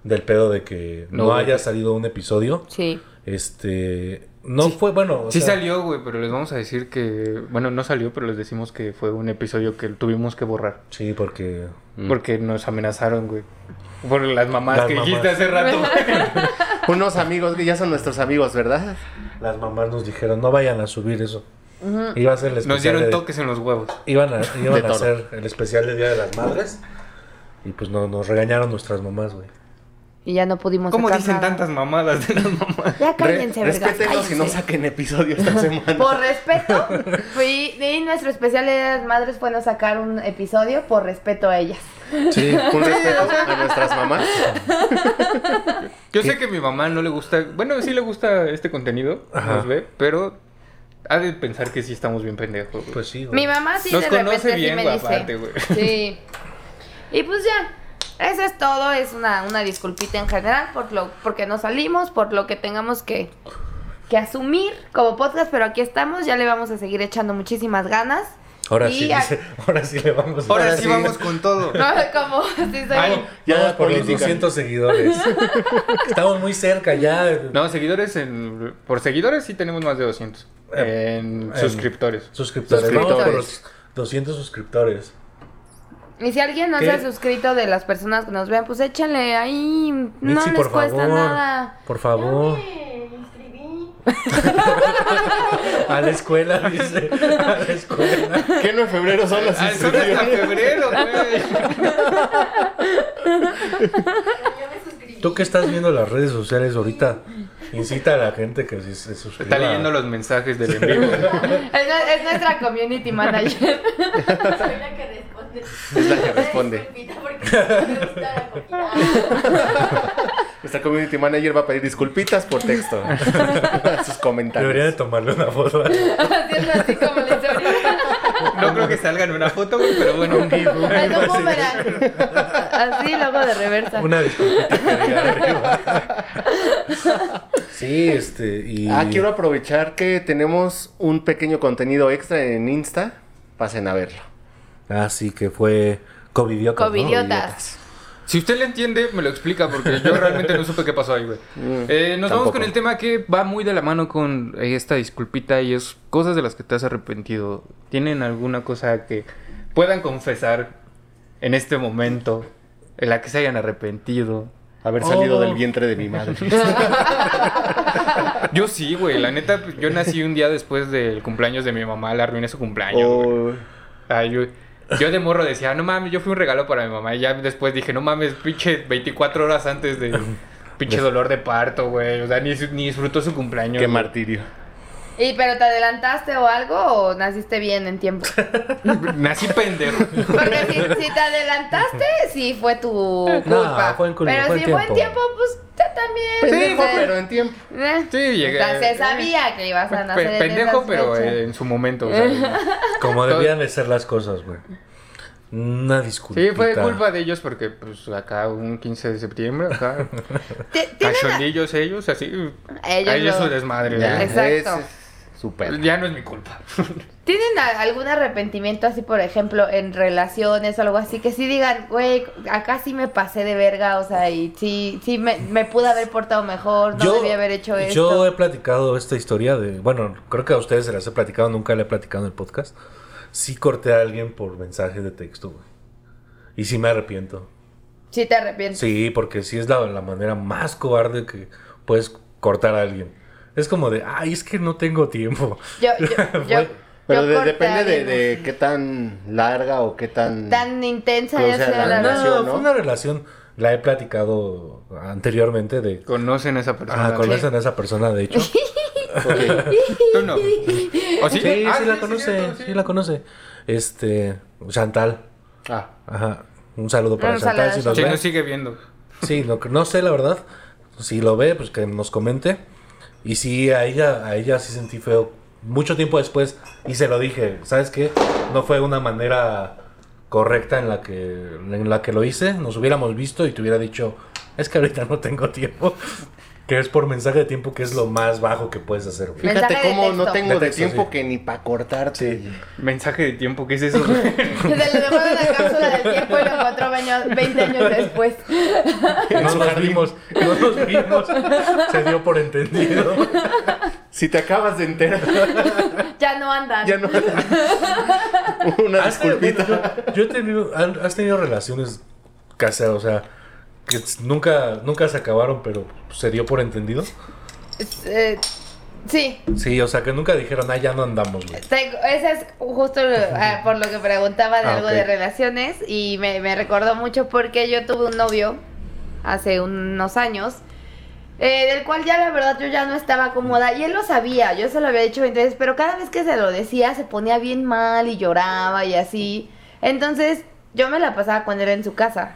del pedo de que no, No, güey. haya salido un episodio. Sí. Este. No fue bueno. o Sí sea, salió, güey, pero les vamos a decir que. Bueno, no salió, pero les decimos que fue un episodio que tuvimos que borrar. Sí, porque. Porque nos amenazaron, güey. Por las mamás Mm. Las que dijiste mamás. hace rato. Unos amigos que ya son nuestros amigos, ¿verdad? Las mamás nos dijeron, no vayan a subir eso. Iba a ser el especial. Nos dieron de- toques en los huevos. Iban a, iban De a toro. hacer el especial de Día de las Madres. Y pues no, nos regañaron nuestras mamás, güey. Y ya no pudimos ¿Cómo sacar dicen nada. tantas mamadas de las mamás? Ya cállense, Re- vergas, Respétenos y no cállense. saquen episodios esta semana. Por respeto, fui, y nuestro especial de las madres fue no sacar un episodio por respeto a ellas. Sí. Un respeto a nuestras mamás. Yo sé que a mi mamá no le gusta. Bueno, sí le gusta este contenido. Ajá. Nos ve, pero. Ha de pensar que sí estamos bien pendejos. güey. Pues sí, güey. Mi mamá Ah, sí Nos de conoce repente sí bien, me güey, dice. aparte, güey. Sí. Y pues ya, eso es todo, es una, una disculpita en general por lo porque no salimos, por lo que tengamos que que asumir como podcast, pero aquí estamos, ya le vamos a seguir echando muchísimas ganas. Ahora Y sí, a- dice, ahora sí le vamos a Ahora sí vamos con todo. como sí soy- Ay, Ya Vamos es por los política. 200 seguidores. Estamos muy cerca ya. No, seguidores en. Por seguidores sí tenemos más de 200. Eh, En en- suscriptores. Suscriptores. Vamos por Suscriptores. los 200 suscriptores. Y si alguien no ¿Qué? se ha suscrito de las personas que nos vean, pues échenle ahí, no Mitzi, les por cuesta favor. nada. Por Ya favor. me inscribí. A la escuela, dice. A la escuela. ¿Qué no en febrero son las Ah, son hasta inscripciones? febrero, güey. Ya me suscribí. Tú que estás viendo las redes sociales ahorita, incita a la gente que se, se suscriba. Está leyendo los mensajes del en vivo. Es, nue- es nuestra community manager. Soy la que Es la que responde. responde. Una disculpita porque me gusta la copia. Nuestra community manager va a pedir disculpitas por texto. A sus Debería de comentarios. tomarle una foto. Haciendo así como le hice ahorita. No creo que salgan una foto, güey, pero bueno, un gif. güey. Algo boomerang. Así, luego de reversa. Una disculpita que diga arriba. Sí, este. Y... Ah, quiero aprovechar que tenemos un pequeño contenido extra en Insta. Pasen a verlo. Ah, sí, que fue covidiota. ¿no? Covidiotas. Si usted le entiende, me lo explica, porque yo realmente no supe qué pasó ahí, güey. Eh, nos vamos tampoco. con el tema que va muy de la mano con eh, esta disculpita y es cosas de las que te has arrepentido. ¿Tienen alguna cosa que puedan confesar en este momento en la que se hayan arrepentido? haber salido Oh. del vientre de mi madre. Yo sí, güey. La neta, pues, yo nací un día después del cumpleaños de mi mamá. Le arruiné su cumpleaños. güey. Oh, Ay, yo, yo de morro decía, no mames, yo fui un regalo para mi mamá. Y ya después dije, no mames, pinche 24 horas antes de. Pinche dolor de parto, güey. O sea, ni, ni disfrutó su cumpleaños. qué güey. martirio. ¿Y pero te adelantaste o algo o naciste bien en tiempo? Nací pendejo. Porque si, si te adelantaste, sí fue tu culpa. fue en culpa, pero fue en si fue en tiempo. tiempo, pues te también. Pendejo, o sea, pero en tiempo. eh. Sí, llegué. O sea, se sabía que ibas a nacer. Pe- en pendejo, esas pero fechas. eh, en su momento. o sea, Como debían de ser las cosas, güey. Una disculpa. sí, fue culpa de ellos porque, pues, acá un 15 de septiembre, acá. Ti- tienen- Cachondillos ellos, así. Ellos a ellos lo- su desmadre. Ya, ¿no? Exacto. ese es Súper. Ya no es mi culpa. ¿Tienen a- algún arrepentimiento así, por ejemplo, en relaciones o algo así? Que sí digan, güey, acá sí me pasé de verga, o sea, y sí, sí me, me pude haber portado mejor, no debía haber hecho esto. Yo he platicado esta historia de. Bueno, creo que a ustedes se las he platicado, nunca la he platicado en el podcast. Sí corté a alguien por mensaje de texto, güey. Y sí me arrepiento. Sí te arrepientes. Sí, porque sí es la, la manera más cobarde que puedes cortar a alguien. Es como de, ay, es que no tengo tiempo. Yo, yo, yo, Pero yo de- corté depende de, algo de qué tan larga o qué tan... Tan intensa ya O sea, sea la no, relación. relación, fue una relación, la he platicado anteriormente de... Conocen a esa persona. Ah, conocen a esa persona, de hecho. Ok. Tú no. ¿O sí? Sí, sí, Ah, la sí, conoce, cierto, sí. la conoce. Este, Chantal. Ah, Ajá. Un saludo para Un Chantal saludo a Sí, si nos ve. nos sigue viendo. Sí, no, no sé la verdad. Si lo ve, pues que nos comente. Y sí, a ella, a ella sí sentí feo. Mucho tiempo después, y se lo dije, ¿sabes qué? No fue una manera correcta en la que, en la que lo hice. Nos hubiéramos visto y te hubiera dicho, es que ahorita no tengo tiempo. Que es por mensaje de tiempo, que es lo más bajo que puedes hacer. güey. Fíjate Mensaje de cómo no texto. tengo De de texto, tiempo sí. que ni para cortarte. Mensaje de tiempo, ¿qué es eso? Se le mejor una cápsula del tiempo y lo encontró baño- 20 años después. No nos vimos, no nos vimos. Se dio por entendido. Si te acabas de enterar, Ya no andan. ya no. Una Has tenido- disculpita. bueno, yo he tenido, han- has tenido relaciones casadas, o sea, que s- nunca, nunca se acabaron, pero se dio por entendido. Eh, sí, Sí, o sea, que nunca dijeron, ah, ya no andamos, güey. Tengo- esa es justo lo- ah, por lo que preguntaba de Ah, algo ok. de relaciones y me, me recordó mucho porque yo tuve un novio hace unos años. eh, del cual ya la verdad yo ya no estaba cómoda y él lo sabía, yo se lo había dicho 20 veces, pero cada vez que se lo decía se ponía bien mal y lloraba y así. Entonces yo me la pasaba con él en su casa.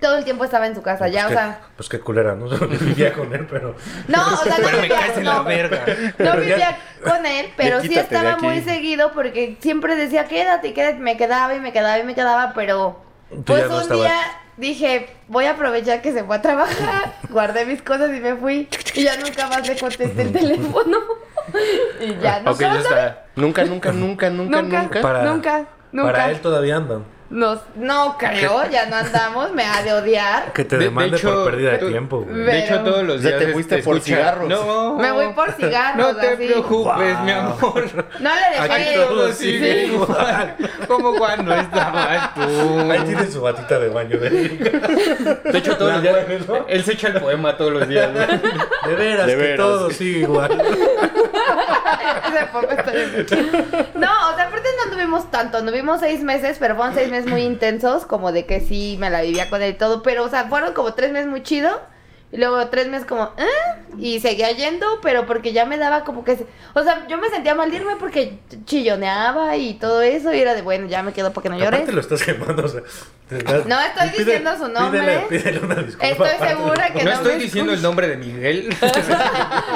Todo el tiempo estaba en su casa, Pues ya, o qué- sea... Pues qué culera, ¿no? Yo vivía con él, pero... No, o sea, no Pero me vivía- caes en la no. verga. No Pero ya- vivía con él, pero Ya sí quítate de estaba aquí. muy seguido porque siempre decía, quédate, quédate. Me quedaba y me quedaba y me quedaba, pero Tú pues ya no un estabas. día dije, voy a aprovechar que se fue a trabajar, guardé mis cosas y me fui. Y ya nunca más le contesté el teléfono. y ya no Ah, Ok, ya está. Nunca, nunca, nunca, nunca, Nunca. nunca. Para, Nunca, nunca. Para él todavía andan. Nos, no creo, ya no andamos, me ha de odiar. Que te De- de demande hecho, Mm, por pérdida de tú- tiempo, güey. Pero- De hecho, todos los O sea, días. te fuiste por cigarros. No. Me voy por cigarros, No te así. preocupes, Wow. mi amor. No le dejé. Aquí todo sigue igual. Como cuando estabas Ahí tú. tiene su batita de baño. De, de De hecho, todos La los días. huevo. Él se echa el poema todos los días. güey. veras, De que veras. todo sigue igual. Ese poco está bien. No, o sea, aparte no tuvimos tanto, no vimos seis meses, pero fueron seis meses muy intensos, como de que sí me la vivía con él y todo, pero, o sea, fueron como tres meses muy chido, y luego tres meses como, ¿eh? Y seguía yendo, pero porque ya me daba como que, se- o sea, yo me sentía mal de irme porque chilloneaba y todo eso, y era de, bueno, ya me quedo para que no llores. Aparte lo estás quemando, o sea... te estás- No estoy Pide- diciendo su nombre. Pídele, pídele una disculpa. Estoy aparte. segura que no, No estoy me diciendo el escucha. nombre de Miguel.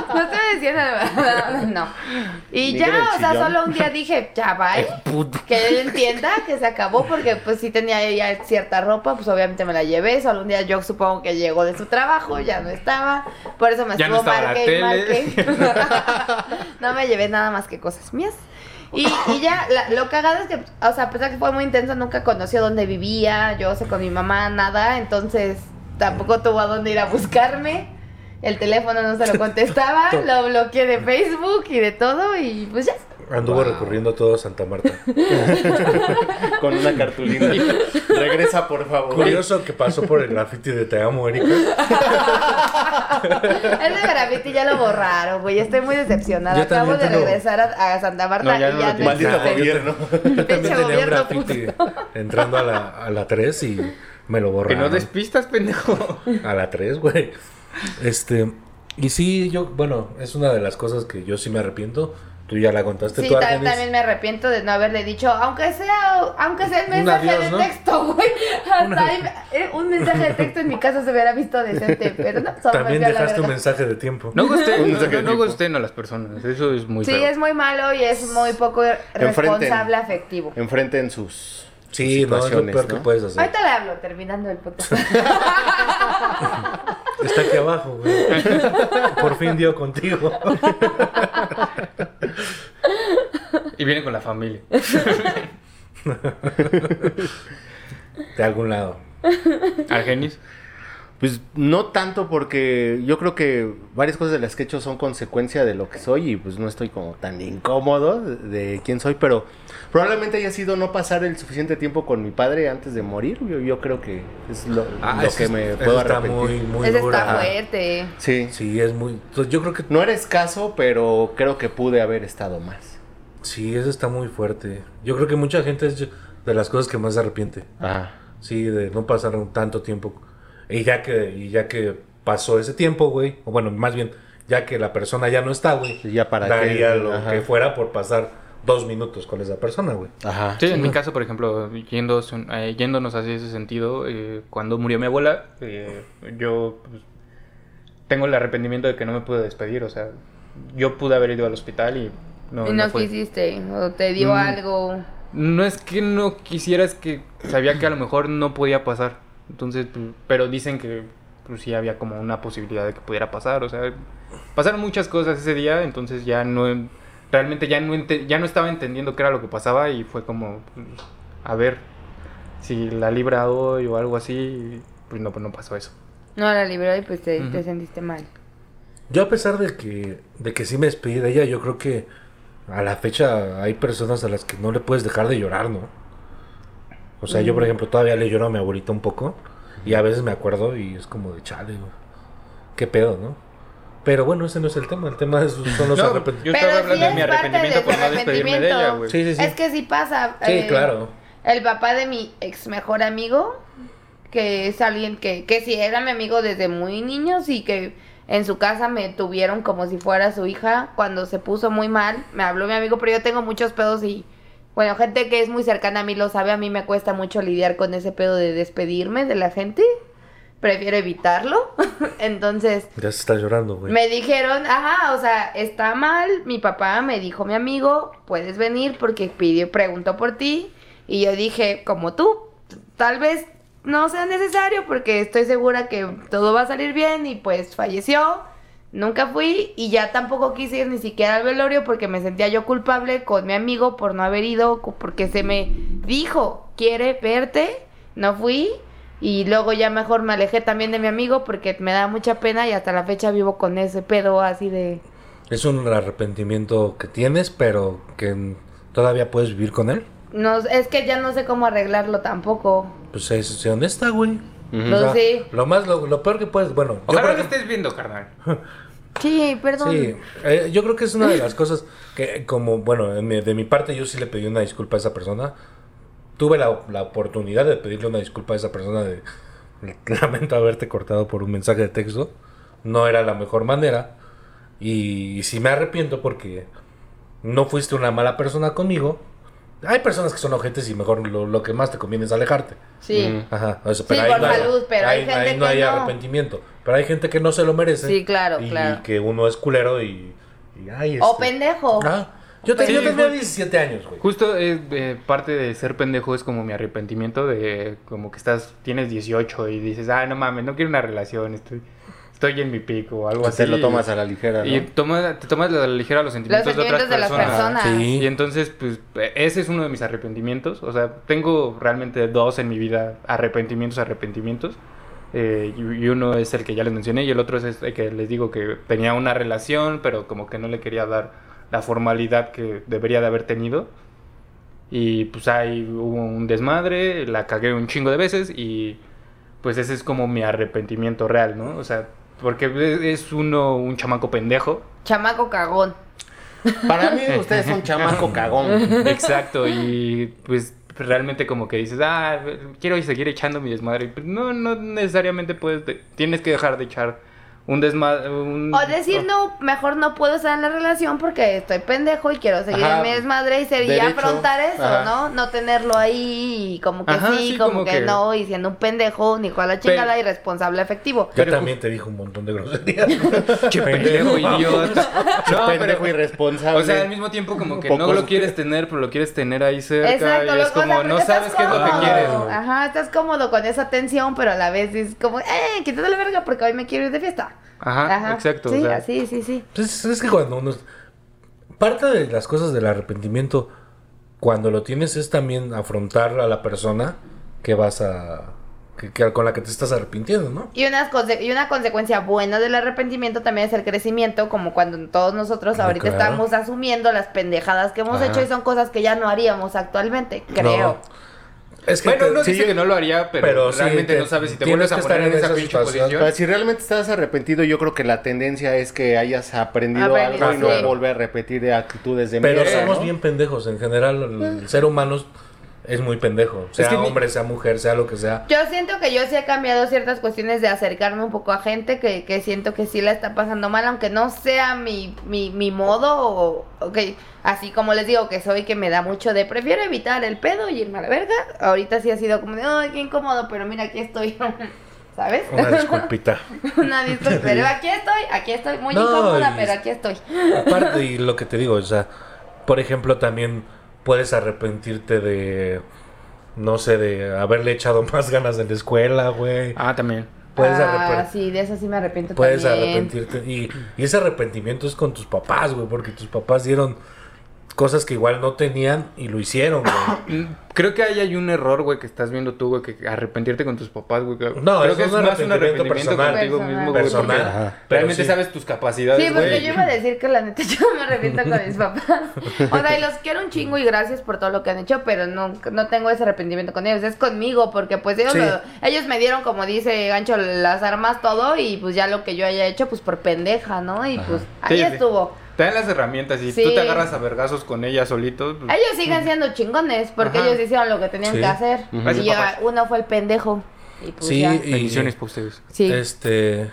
No estoy diciendo no. Y Miguel ya, el o sea, chillón. solo un día dije, ya bye. Que él entienda que se acabó porque pues sí tenía ya cierta ropa, pues obviamente me la llevé. Solo un día yo supongo que llegó de su trabajo, ya no estaba. Por eso me Ya no estuvo estaba la marque y tele. marque. no me llevé nada más que cosas mías. Y, y ya, la- lo cagado es que, o sea, a pesar que fue muy intenso, nunca conoció dónde vivía, yo sé con mi mamá, nada, entonces tampoco tuvo a dónde ir a buscarme. el teléfono no se lo contestaba, lo bloqueé de Facebook y de todo y pues ya. Anduvo recorriendo todo Santa Marta. Con una cartulina. Regresa, por favor. Curioso que pasó por el graffiti de Te amo, Erika. Ese graffiti ya lo borraron, güey. Estoy muy decepcionada. Yo Acabo de también tengo- regresar a, a Santa Marta No, ya y no ya lo no tienen. Maldito existe. gobierno. Yo también Pinche tenía un gobierno, graffiti entrando a la, a la 3 y me lo Que borraron. no despistas, pendejo. A la 3, güey. Este. Y sí, yo, bueno, es una de las cosas que yo sí me arrepiento. Tú ya la contaste, Sí, tú ta- Argenis. también me arrepiento de no haberle dicho, aunque sea, aunque sea el Un mensaje adiós, de ¿no? texto, güey. Hasta ahí, eh, un mensaje de texto en mi caso se hubiera visto decente, pero no, solo También me olvidó la dejaste un verdad. mensaje de tiempo. No gusten, mensaje no, de no tipo. gusten a las personas. Eso es muy Sí, feo. es muy malo y es muy poco responsable afectivo. Enfrenten sus Sí, no, es lo situaciones, peor que ¿no? puedes hacer. Ahorita le hablo, terminando el podcast. Está aquí abajo, güey. Por fin dio contigo. Y viene con la familia. De algún lado. Argenis. Pues no tanto porque yo creo que varias cosas de las que he hecho son consecuencia de lo que soy y pues no estoy como tan incómodo de- de quién soy, pero probablemente haya sido no pasar el suficiente tiempo con mi padre antes de morir. Yo, yo creo que es lo, lo Ah, eso que es- me eso puedo está arrepentir. muy, muy Ese dura. está Ajá. fuerte. Sí. Ah, Sí, es muy. Yo creo que No era escaso, pero creo que pude haber estado más. Sí, eso está muy fuerte. Yo creo que mucha gente es de las cosas que más se arrepiente. Ajá. Sí, de no pasar un tanto tiempo. Y ya que, y ya que pasó ese tiempo, güey. O bueno, más bien, ya que la persona ya no está, güey. Sí, ya para qué, daría güey, lo ajá. que fuera por pasar dos minutos con esa persona, güey. Ajá. Sí, en mi caso, por ejemplo, yéndos- eh, yéndonos hacia ese sentido, eh, cuando murió mi abuela, eh, yo pues, tengo el arrepentimiento de que no me pude despedir. O sea, yo pude haber ido al hospital y no, y no no fui. quisiste, o te dio Mm. algo. No es que no quisiera, es que sabía que a lo mejor no podía pasar. Entonces, pues, pero dicen que pues, sí había como una posibilidad de que pudiera pasar. O sea, pasaron muchas cosas ese día, entonces ya no, realmente ya no, ente- ya no estaba entendiendo qué era lo que pasaba y fue como, pues, a ver, si la libra hoy o algo así, pues no, pues no pasó eso. No la libró y pues te, te Ujú. sentiste mal. Yo a pesar de que, de que sí me despedí de ella, yo creo que a la fecha hay personas a las que no le puedes dejar de llorar, ¿no? O sea, Mm. yo por ejemplo todavía le lloro a mi abuelita un poco y a veces me acuerdo y es como de chale, güey, qué pedo, ¿no? Pero bueno, ese no es el tema, el tema es- son los No, pues, arrepentimientos. yo Pero estaba sí hablando de es mi parte arrepentimiento del por no despedirme de ella, arrepentimiento. güey. Sí, sí, sí. Es que sí pasa. Sí, eh, claro. El papá de mi ex mejor amigo, que es alguien que, que sí era mi amigo desde muy niños y que en su casa me tuvieron como si fuera su hija. Cuando se puso muy mal, me habló mi amigo, pero yo tengo muchos pedos y. Bueno, gente que es muy cercana a mí lo sabe, a mí me cuesta mucho lidiar con ese pedo de despedirme de la gente. Prefiero evitarlo. Entonces, Ya se está llorando, güey. me dijeron, ajá, o sea, está mal. Mi papá me dijo, mi amigo, puedes venir porque pidió, preguntó por ti. Y yo dije, como tú, tal vez no sea necesario porque estoy segura que todo va a salir bien. Y pues falleció. Nunca fui y ya tampoco quise ir ni siquiera al velorio porque me sentía yo culpable con mi amigo por no haber ido, cu- porque se me dijo, quiere verte, no fui y luego ya mejor me alejé también de mi amigo porque me da mucha pena y hasta la fecha vivo con ese pedo así de... Es un arrepentimiento que tienes, pero que todavía puedes vivir con él. No, es que ya no sé cómo arreglarlo tampoco. Pues es, sé honesta, güey. No O sea, sé. Lo más, lo, lo peor que puedes, bueno, yo, Ojalá por lo ejemplo- estés viendo, carnal. Sí, perdón. Sí, eh, yo creo que es una de las cosas que, como, bueno, en mi- de mi parte yo sí le pedí una disculpa a esa persona. Tuve la, la oportunidad de pedirle una disculpa a esa persona de, lamento haberte cortado por un mensaje de texto. No era la mejor manera. Y, si me arrepiento porque no fuiste una mala persona conmigo. Hay personas que son ojetes y mejor lo, lo que más te conviene es alejarte. Sí, Mm. Ajá, o sea, Sí, por salud, pero hay ahí- gente ahí no que hay no. arrepentimiento. Pero hay gente que no se lo merece. Sí, claro, y, claro. que uno es culero y. y, ay, O este- pendejo. Ah, yo, te- Sí, yo tenía justo. 17 años, güey. Justo eh, eh, parte de ser pendejo es como mi arrepentimiento de como que estás, tienes 18 y dices, ah, no mames, no quiero una relación, estoy, estoy en mi pico o algo así. Te lo tomas a la ligera, ¿no? Y toma- te tomas a la ligera los Los sentimientos, sentimientos de, de las otras personas. personas. Sí. Y entonces, pues, ese es uno de mis arrepentimientos. O sea, tengo realmente dos en mi vida, arrepentimientos, arrepentimientos. Eh, y, y uno es el que ya les mencioné y el otro es este que les digo que tenía una relación, pero como que no le quería dar la formalidad que debería de haber tenido. Y pues ahí hubo un desmadre, la cagué un chingo de veces y pues ese es como mi arrepentimiento real, ¿no? O sea, porque es- es uno un chamaco pendejo. Chamaco cagón. Para mí ustedes son chamaco cagón. Exacto, y pues realmente como que dices, ah, quiero seguir echando mi desmadre. Y, pues, no, no necesariamente puedes, de- tienes que dejar de echar un desmadre. Un... O decir, no, mejor no puedo estar en la relación porque estoy pendejo y quiero seguir Ajá. en mi desmadre y sería Derecho. afrontar eso, Ajá. ¿no? No tenerlo ahí y como que Ajá, sí, sí, como, como que, que- no, y siendo un pendejo, ni con la Pero- chingada irresponsable afectivo. Yo Pero también te dije un montón de groserías. Che, pendejo, idiota. No, pendejo pero- irresponsable. O sea, al mismo tiempo como que Poco no lo su- quieres tener, pero lo quieres tener ahí cerca. Exacto, y es loco, o sea, como, porque no estás sabes qué es lo que cómodo. quieres. güey. Ajá, estás cómodo con esa tensión, pero a la vez es como, eh, quítate la verga porque hoy me quiero ir de fiesta. Ajá, Ah, exacto. Sí, o sea, sí, sí, sí. Pues, es que cuando uno... Parte de las cosas del arrepentimiento, cuando lo tienes, es también afrontar a la persona que vas a... que- que- con la que te estás arrepintiendo, ¿no? Y, unas conse- y una consecuencia buena del arrepentimiento también es el crecimiento, como cuando todos nosotros Ah, ahorita claro. estamos asumiendo las pendejadas que hemos Ajá. hecho y son cosas que ya no haríamos actualmente, creo. No. Es que Bueno, te- no sí, dice que no lo haría, pero, pero sí, realmente te- no sabes si te tienes vuelves a que poner estar en en esa esa pinche situación. posición. Pero si realmente estás arrepentido, yo creo que la tendencia es que hayas aprendido Aprendido, algo y no sí. volver a repetir actitudes de Pero mierda, somos ¿no? bien pendejos. En general, Ah. el ser humano es muy pendejo. Sea que mi- hombre, sea mujer, sea lo que sea. Yo siento que yo sí he cambiado ciertas cuestiones de acercarme un poco a gente que, que siento que sí la está pasando mal, aunque no sea mi, mi, mi modo, o, o que- así como les digo que soy que me da mucho de prefiero evitar el pedo y irme a la verga. Ahorita sí ha sido como de, ay, qué incómodo, pero mira, aquí estoy, ¿sabes? Una disculpita. Una disculpa, pero aquí estoy, aquí estoy, muy No, incómoda, y- pero aquí estoy. Aparte, y lo que te digo, o sea, por ejemplo, también puedes arrepentirte de, no sé, de haberle echado más ganas en la escuela, güey. Ah, también. Puedes, ah, arrep- sí, de eso sí me arrepiento puedes también. arrepentirte. Y, y ese arrepentimiento es con tus papás, güey, porque tus papás dieron cosas que igual no tenían y lo hicieron, güey. Mm, Creo que ahí hay un error, güey, que estás viendo tú, güey, que arrepentarte con tus papás, güey. que- No, creo es un arrepentimiento personal. contigo Personal. mismo, güey. Personal. porque Ajá. Pero Realmente sí. sabes tus capacidades, Sí, porque güey. yo iba a decir que la neta yo me arrepiento con mis papás. O sea, y los quiero un chingo y gracias por todo lo que han hecho, pero no, no tengo ese arrepentimiento con ellos. Es conmigo, porque pues ellos, Sí. lo- ellos me dieron, como dice Gancho, las armas, todo, y pues ya lo que yo haya hecho, pues por pendeja, ¿no? Y pues ahí Sí, sí. estuvo. Te dan las herramientas y Sí. tú te agarras a vergazos con ellas solito. pues, Ellos siguen siendo chingones, porque Ajá. ellos hicieron lo que tenían Sí. que hacer. Gracias, Y ya papás. uno fue el pendejo. Y pues Sí, ya. y- Bendiciones para ustedes. Sí. Este,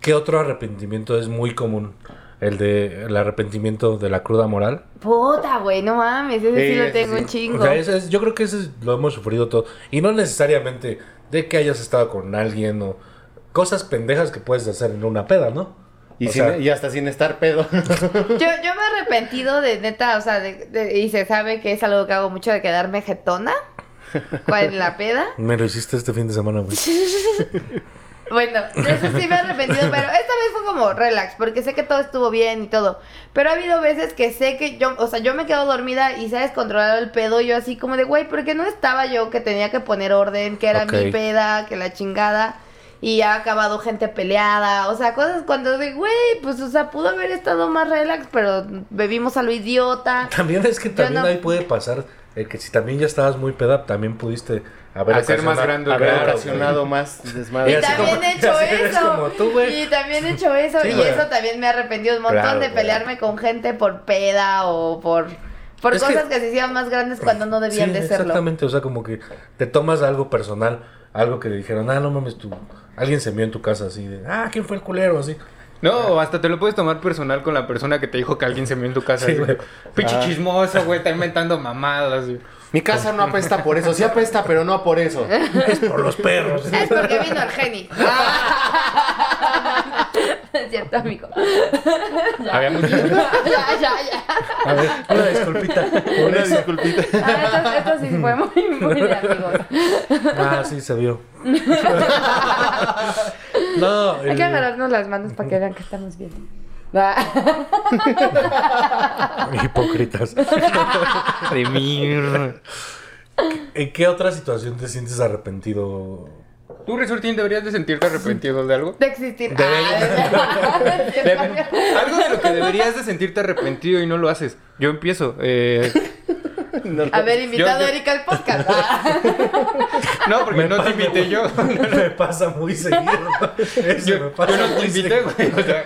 ¿qué otro arrepentimiento es muy común? El de el arrepentimiento de la cruda moral. Puta, güey, no mames, ese sí, Sí, lo ese tengo sí. un chingo. O sea, eso es- yo creo que eso es- lo hemos sufrido todo. Y no necesariamente de que hayas estado con alguien o cosas pendejas que puedes hacer en una peda, ¿no? Y, O sin- e- sea, y hasta sin estar pedo. Yo, yo me he arrepentido de neta, o sea, de- de- y se sabe que es algo que hago mucho de quedarme jetona. ¿Cuál es la peda? me lo hiciste este fin de semana, güey. Bueno, de eso sí me he arrepentido, pero esta vez fue como relax, porque sé que todo estuvo bien y todo. Pero ha habido veces que sé que yo, o sea, yo me quedo dormida y se ha descontrolado el pedo. Yo así como de, güey, ¿por qué no estaba yo que tenía que poner orden, que era mi Ok. peda, que la chingada? Y ha acabado gente peleada, o sea, cosas cuando de, güey, pues, o sea, pudo haber estado más relax, pero bebimos a lo idiota. También es que también no- ahí puede pasar el que si también ya estabas muy peda, también pudiste haber Hacer más ocasionado- grande el Haber Claro, ocasionado más Y Y desmadre. así también como- he hecho así eres eso. como tú, güey. y también he hecho eso. Sí, y güey. eso también me ha arrepentido un montón Claro, de güey. pelearme con gente por peda o por, por Es cosas que- que... se hicieron más grandes cuando no debían Sí, de serlo. Exactamente, o sea, como que te tomas algo personal, algo que dijeron, ah, no mames, tú, alguien se vio en tu casa así de, ah, ¿quién fue el culero? Así. No, o hasta te lo puedes tomar personal con la persona que te dijo que alguien se vio en tu casa. Sí, así, güey. Pinche Ah. chismoso, güey, está inventando mamadas. güey. Mi casa no apesta por eso. Sí apesta, pero no por eso. Es por los perros. Es porque vino Argeni. es cierto, amigo. Había muchos- ya, ya, ya. A ver, una disculpita. Por Una eso. disculpita. Ah, esto, esto sí fue muy, muy de amigos. Ah, sí, se vio. no, Hay el- que agarrarnos las manos para que vean que estamos bien. Va. hipócritas. de mierda. ¿En qué otra situación te sientes arrepentido Tú, Resortín, deberías de sentirte arrepentido de algo. De existir. De- Ah, de- Debe- algo de lo que deberías de sentirte arrepentido y no lo haces. Yo empiezo. eh, Haber invitado Yo- a Erika al podcast. Ah, no, porque Me no te pasa, invité güey. yo. me pasa muy seguido. Eso Yo, me pasa yo no te muy invité, seguido. güey. O sea,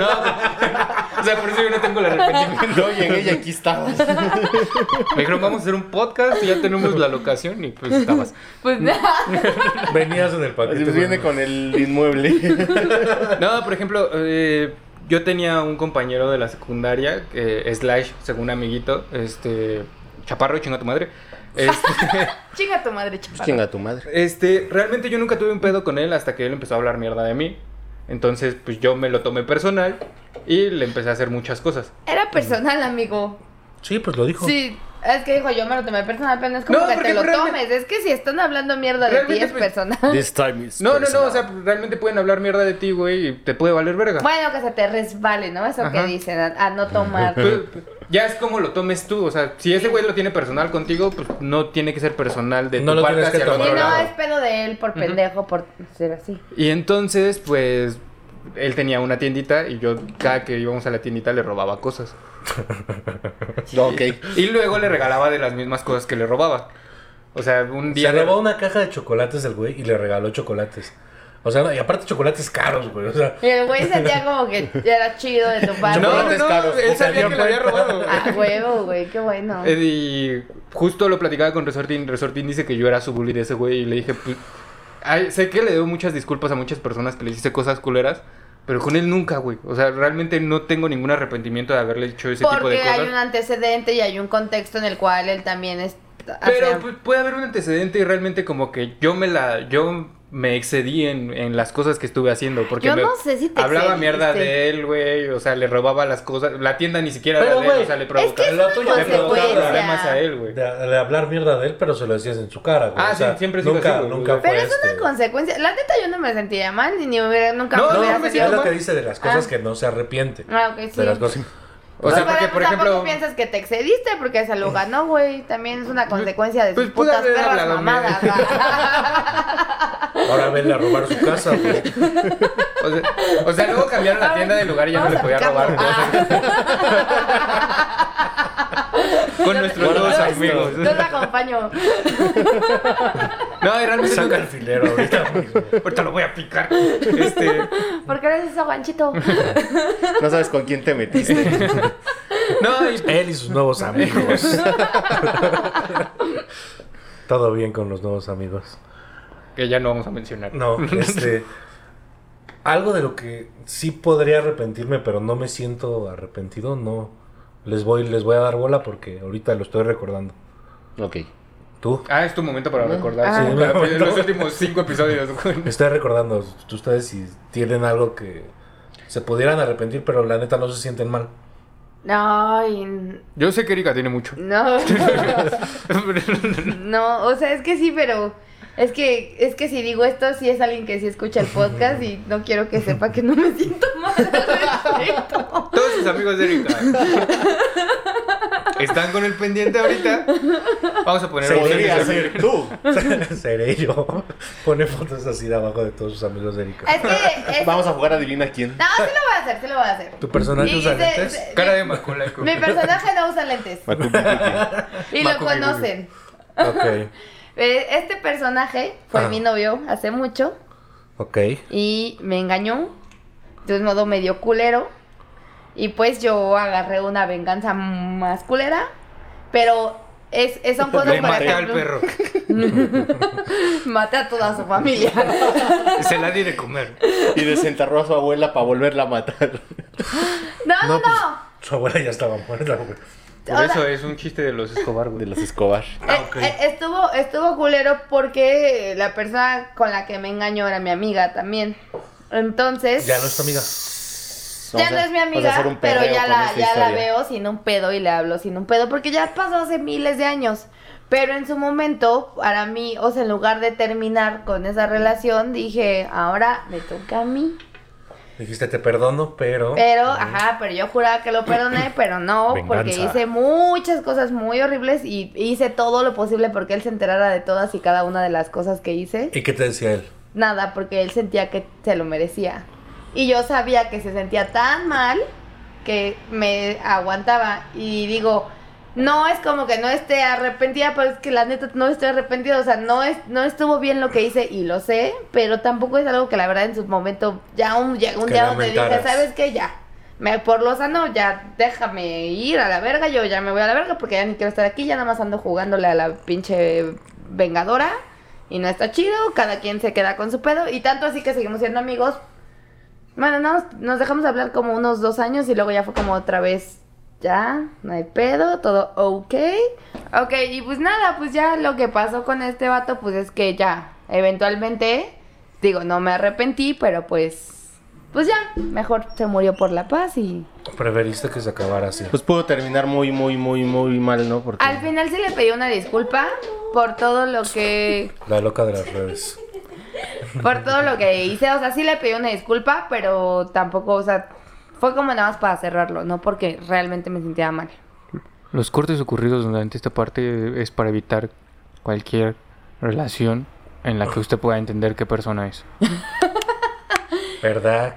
no, o sea, por eso yo no tengo el arrepentimiento. Yo llegué y aquí estaba. Me dijeron, vamos a hacer un podcast y ya tenemos la locación y pues estabas. pues nada. Venías en el paquete. Así pues viene güey. con el inmueble. No, por ejemplo, eh, yo tenía un compañero de la secundaria, que eh, slash, según amiguito, este, chaparro, chinga tu madre. Este, Chinga tu madre, chaval. Pues Chinga tu madre. este, realmente yo nunca tuve un pedo con él hasta que él empezó a hablar mierda de mí. Entonces, pues yo me lo tomé personal y le empecé a hacer muchas cosas. Era personal, amigo. Sí, pues lo dijo. Sí. Es que dijo, yo me lo tomé personal, pero no es como No, que porque te lo realmente- tomes. Es que si están hablando mierda de ti, Realmente, es pues- personal. This time is No, no, no, o personal. sea, realmente pueden hablar mierda de ti, güey, y te puede valer verga. Bueno, que se te resbale, ¿no? Eso que Ajá. dicen, a, a no tomar. Pero, Pues, ya es como lo tomes tú, o sea, si ese güey lo tiene personal contigo, pues no tiene que ser personal de No tu lo parte tienes que hacia el tomar. Y otro Bueno, no, lado. es pedo de él por pendejo, por ser así. Y entonces, pues, él tenía una tiendita y yo cada que íbamos a la tiendita le robaba cosas. Ok. Y luego le regalaba de las mismas cosas que le robaba. O sea, un día... Se robó una caja de chocolates el güey y le regaló chocolates. O sea, no, y aparte chocolates caros, güey. O sea, Y el güey sentía como que ya era chido de tu No, parte. no, no, caros. él sabía que le había robado. A huevo, güey, qué bueno. Eh, Y justo lo platicaba con Resortín. Resortín dice que yo era su bully de ese güey. Y le dije, pues. ay, sé que le debo muchas disculpas a muchas personas que le hice cosas culeras. Pero con él nunca, güey. O sea, realmente no tengo ningún arrepentimiento de haberle hecho ese tipo de Porque cosas. hay un antecedente y hay un contexto en el cual él también es. Pero hacía- pues, puede haber un antecedente y realmente como que yo me la. Yo me excedí en, en las cosas que estuve haciendo. Porque Yo me- no sé si te este, Hablaba excediste. mierda de él, güey. O sea, le robaba las cosas. La tienda ni siquiera Pero, era de él. güey, O sea, le es provocaba. es una Lo tuyo le provocaba consecuencia. problemas a él, güey. de, de hablar mierda de él, pero se lo decías en su cara, güey. Ah, O sea, sí, siempre he sido nunca, así, güey. nunca fue Pero es este, una consecuencia. La neta, yo no me sentiría mal, ni, ni me hubiera, nunca No, me no, hubiera no me Es siento sentido lo que mal. dice de las cosas Ah. que no se arrepiente. Ah, ok, sí. De las cosas. O sea, Pero, porque, pues, por tampoco ejemplo. Mm. piensas que te excediste porque se lo ganó, güey. También es una consecuencia de sus pues, pude putas haber perras hablado, mamadas. mira. Ahora venle a robar su casa, güey. O sea, o sea, luego cambiaron la tienda de lugar y ya no le podía robar Ah. cosas. Con nuestros Bueno, dos no, amigos. Yo te acompaño. No, y realmente Saca nunca- el filero ahorita mismo. Ahorita lo voy a picar. Este, ¿Por qué eres eso, ganchito? No sabes con quién te metiste. no, y, Él y sus nuevos amigos. Todo bien con los nuevos amigos. que ya no vamos a mencionar. No, este. Algo de lo que sí podría arrepentirme, pero no me siento arrepentido, no. Les voy, les voy a dar bola porque ahorita lo estoy recordando. Ok. Tú. Ah, es tu momento para recordar. Ah. sí, Sí, para- me los momento. últimos cinco episodios. güey. Me estoy recordando. Ustedes si tienen algo que se pudieran arrepentir, pero la neta no se sienten mal. No, y- Yo sé que Erika tiene mucho. no. No, o sea, es que sí, pero es que es que si digo esto, sí es alguien que sí escucha el podcast y no quiero que sepa que no me siento mal. al respecto. Todos sus amigos de Erika están con el pendiente ahorita. Vamos a poner Se voces de podría sus hacer. amigos. tú. Seré yo. Pone fotos así de abajo de todos sus amigos de Erika. Es que es- Vamos a jugar adivina quién. No, sí lo voy a hacer, sí lo voy a hacer. ¿Tu personaje Y- y usa se- lentes? se- Cara de mi- Maculaico. Mi personaje no usa lentes y lo Macu- conocen. Ok. Eh, Este personaje fue Ah. mi novio hace mucho Ok. y me engañó de un modo medio culero. Y pues yo agarré una venganza más culera, pero es, es- son cosas Le por maté al ejemplo, perro. Maté a toda su familia. Se la di de comer. y desenterró a su abuela para volverla a matar. No, no, no. pues, ah, su abuela ya estaba muerta, güey. Por O eso sea, es un chiste de los Escobar, De güey. los Escobar. Ah, eh, ok. eh, estuvo, estuvo culero porque la persona con la que me engañó era mi amiga también. Entonces, Ya no es tu amiga. ya Vamos no a- es mi vamos a hacer amiga, un pero perreo ya con la, esta ya la historia. veo sin un pedo y le hablo sin un pedo porque ya pasó hace miles de años. Pero en su momento, para mí, o sea, en lugar de terminar con esa relación, dije, ahora me toca a mí. Dijiste, te perdono, pero. Pero, ajá, pero yo juraba que lo perdoné, pero no, porque Venganza. hice muchas cosas muy horribles y hice todo lo posible porque él se enterara de todas y cada una de las cosas que hice. Eh. ¿Y qué te decía él? nada porque él sentía que se lo merecía. Y yo sabía que se sentía tan mal que me aguantaba. Y digo, no es como que no esté arrepentida, pero es que la neta no estoy arrepentida. O sea, no, es, no estuvo bien lo que hice y lo sé, pero tampoco es algo que la verdad en su momento, ya un, ya- un Que día donde dije, lamentaras. ¿sabes qué? Ya. Me, por lo sano, ya déjame ir a la verga, yo ya me voy a la verga porque ya ni quiero estar aquí, ya nada más ando jugándole a la pinche vengadora y no está chido, cada quien se queda con su pedo y tanto así que seguimos siendo amigos. Bueno, nos, nos dejamos hablar como unos dos años y luego ya fue como otra vez, ya, no hay pedo, todo ok. Ok, y pues nada, pues ya lo que pasó con este vato, pues es que ya, eventualmente, digo, no me arrepentí, pero pues, pues ya, mejor se murió por la paz y... Preferiste que se acabara así. Pues pudo terminar muy, muy, muy, muy mal, ¿no? Porque Al final sí le pedí una disculpa por todo lo que... La loca de las redes. por todo lo que hice. O sea, sí le pedí una disculpa, pero tampoco, o sea, fue como nada más para cerrarlo, no porque realmente me sentía mal. Los cortes ocurridos durante esta parte es para evitar cualquier relación en la que usted pueda entender qué persona es. ¿Verdad?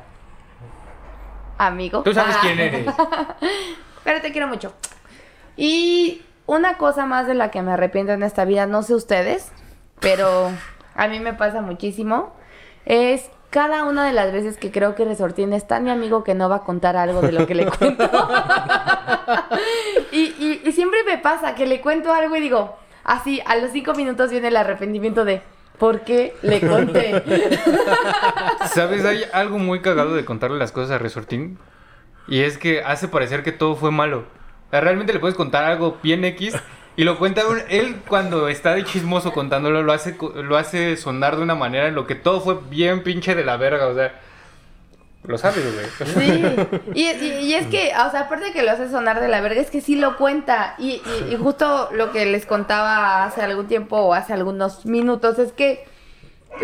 Amigo. Tú sabes Ah. quién eres. Pero te quiero mucho. Y una cosa más de la que me arrepiento en esta vida, no sé ustedes, pero a mí me pasa muchísimo, es cada una de las veces que creo que Resortín es tan mi amigo que no va a contar algo de lo que le cuento. y, y- y siempre me pasa que le cuento algo y digo, así, a los cinco minutos viene el arrepentimiento de, ¿por qué le conté? ¿Sabes? Hay algo muy cagado de contarle las cosas a Resortín. Y es que hace parecer que todo fue malo. O sea, Realmente le puedes contar algo bien X. Y lo cuenta un- él cuando está de chismoso contándolo, lo hace, co- lo hace sonar de una manera en lo que todo fue bien pinche de la verga. O sea, lo sabes, güey. Sí, y, y- y es que, o sea, aparte de que lo hace sonar de la verga, es que sí lo cuenta. Y, y- y justo lo que les contaba hace algún tiempo o hace algunos minutos es que,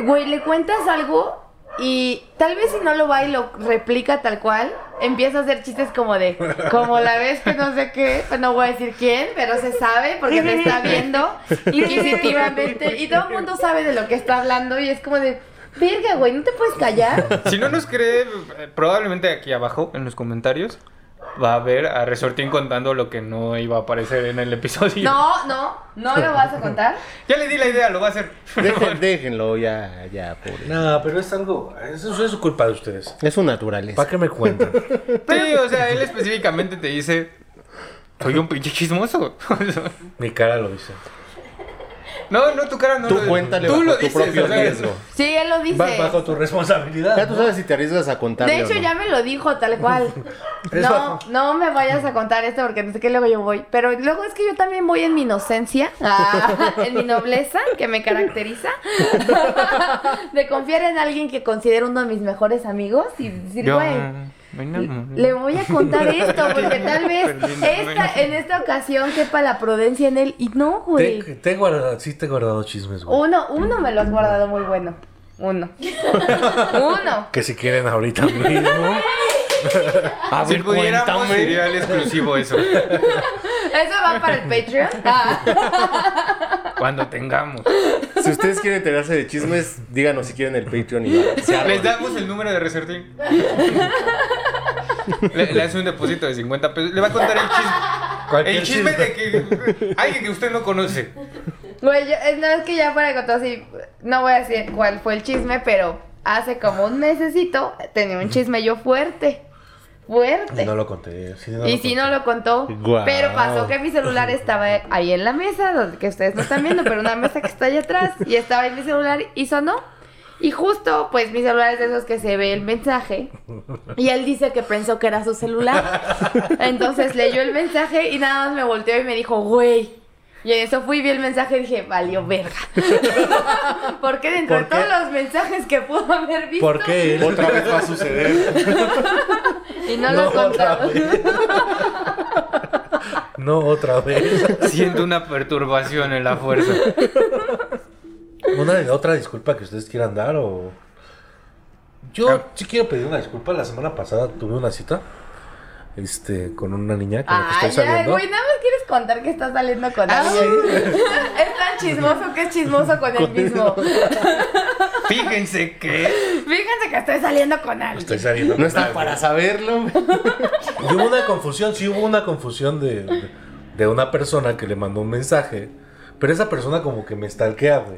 güey, le cuentas algo y tal vez si no lo va y lo replica tal cual, empieza a hacer chistes como de, como la vez que no sé qué, pues no voy a decir quién, pero se sabe porque me está viendo inquisitivamente y todo el mundo sabe de lo que está hablando y es como de, verga, güey, no te puedes callar. Si no nos cree, eh, probablemente aquí abajo en los comentarios va a ver a Resortín contando lo que no iba a aparecer en el episodio. No, no, no lo vas a contar. Ya le di la idea, lo va a hacer. Dejen- déjenlo ya, ya, pobre. No, pero es algo. Eso es su culpa de ustedes. Es su ¿Para naturaleza. qué me cuentan? Sí, o sea, él específicamente te dice, soy un pinche chismoso. Mi cara lo dice. no, no, tu cara no Tú lo- cuéntale tú bajo lo tu dices, propio o sea, riesgo. Sí, él lo dice. Va bajo tu responsabilidad. Ya tú ¿no? sabes si te arriesgas a contarle De hecho, o no. ya me lo dijo tal cual. Es No, bajo. no me vayas a contar esto porque no sé qué luego yo voy. Pero luego es que yo también voy en mi inocencia, ah, en mi nobleza que me caracteriza, de confiar en alguien que considero uno de mis mejores amigos y decir, Yo mm. güey. me enamoré. Le voy a contar esto porque tal vez Perdiendo, bueno. esta, en esta ocasión quepa la prudencia en él y no, güey. Te, te he guardado, sí te he guardado chismes, güey. Uno, uno me lo has guardado muy bueno. Uno. Uno. Que si quieren ahorita mismo. A Si ver, pudiéramos, cuéntame. sería el exclusivo eso. Eso va para el Patreon. Ah. Cuando tengamos. Si ustedes quieren enterarse de chismes, díganos si quieren el Patreon y va. Se arma. Les damos el número de Resortín. Le, le hace un depósito de 50 pesos. Le va a contar el chisme. El chisme de que alguien que usted no conoce. Güey, yo- es- no es que ya fuera de contar así. No voy a decir cuál fue el chisme, pero hace como un mesecito tenía un chisme yo fuerte. Fuerte. No lo conté. sí, no y lo si conté. no lo contó, Guau. pero pasó que mi celular estaba ahí en la mesa, donde- que ustedes no están viendo, pero una mesa que está allá atrás, y estaba ahí mi celular y sonó. Y justo, pues mi celular es de esos que se ve el mensaje, y él dice que pensó que era su celular. Entonces leyó el mensaje y nada más me volteó y me dijo, güey. Y en eso fui, vi el mensaje y dije, valió verga. Porque dentro ¿Por de qué? todos los mensajes que pudo haber visto, ¿Por qué? Otra vez va a suceder. y no, lo otra contamos. vez. No otra vez. Siento una perturbación en la fuerza. Una otra disculpa que ustedes quieran dar o Ah. yo sí quiero pedir una disculpa. La semana pasada tuve una cita este con una niña con la que Ay, estoy ya, saliendo. güey, nada más quieres contar que estás saliendo con Ah, alguien. Es tan chismoso que es chismoso con él Con él mismo. Fíjense que. Fíjense que estoy saliendo con alguien. Estoy saliendo. No está para saberlo. Y hubo una confusión, sí hubo una confusión de, de, de una persona que le mandó un mensaje, pero esa persona como que me stalkea, güey.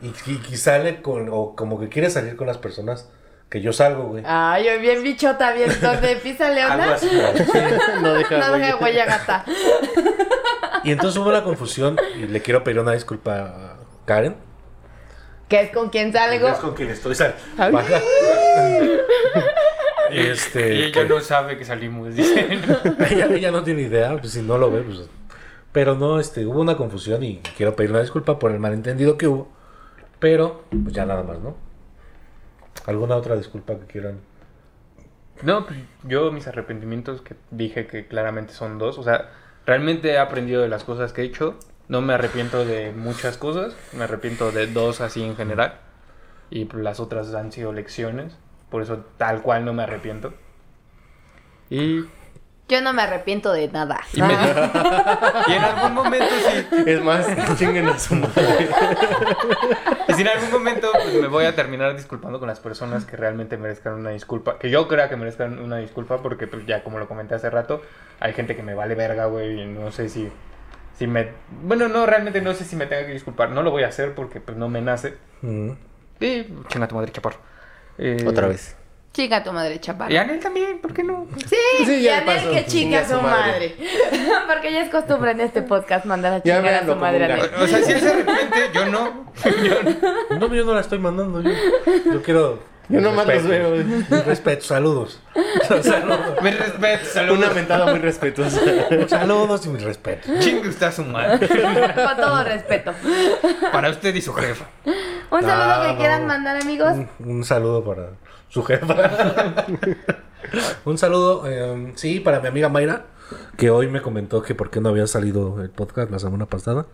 Y, y, y sale con, o como que quiere salir con las personas que yo salgo, güey. Ay, yo bien bichota, bien donde pisa Algo Leona. así, güey. No deja No deja huella. huella gata. Y entonces hubo una confusión y le quiero pedir una disculpa a Karen. Que es con quien salgo. Es con quien estoy sal- Ay. Baja. Y Este, ella que- no sabe que salimos, dicen. ella, ella no tiene idea, pues, si no lo ve, pues. Pero no, este, hubo una confusión y quiero pedir una disculpa por el malentendido que hubo. Pero, pues ya nada más, ¿no? ¿Alguna otra disculpa que quieran? No, pues yo mis arrepentimientos que dije que claramente son dos. O sea, realmente he aprendido de las cosas que he hecho. No me arrepiento de muchas cosas. Me arrepiento de dos así en general. Y pues, las otras han sido lecciones. Por eso tal cual no me arrepiento. Y, Yo no me arrepiento de nada. y me- y en algún momento sí. Es más, chinguen a su madre. Y si en algún momento pues, me voy a terminar disculpando con las personas que realmente merezcan una disculpa. Que yo crea que merezcan una disculpa porque, pues, ya como lo comenté hace rato, hay gente que me vale verga, güey. Y no sé si, si me... Bueno, no, realmente no sé si me tenga que disculpar. No lo voy a hacer porque, pues, no me nace. Y chinga tu madre, chaparro. Eh, Otra vez. Chica tu madre Y chaparra. a Anel también, ¿por qué no? Sí, Sí, y ya a le Nel pasó. que chinga Chinga a su su madre. Porque ya es costumbre en este podcast mandar a Ya chingar a véanlo su como madre a un Nel. O sea, si él se arrepiente, yo no. No, yo no la estoy mandando. Yo, yo quiero. Yo nomás los respeto. veo. Respeto, saludos. Me respeto, Una saludos. mentada muy respetuosa. Saludos y mis respetos. Chingue usted a su madre. Con todo respeto. Para usted y su jefa. Un saludo Ah, que quieran no. mandar, amigos. Un, un saludo para su jefa. un saludo, eh, sí, para mi amiga Mayra, que hoy me comentó que por qué no había salido el podcast la semana pasada.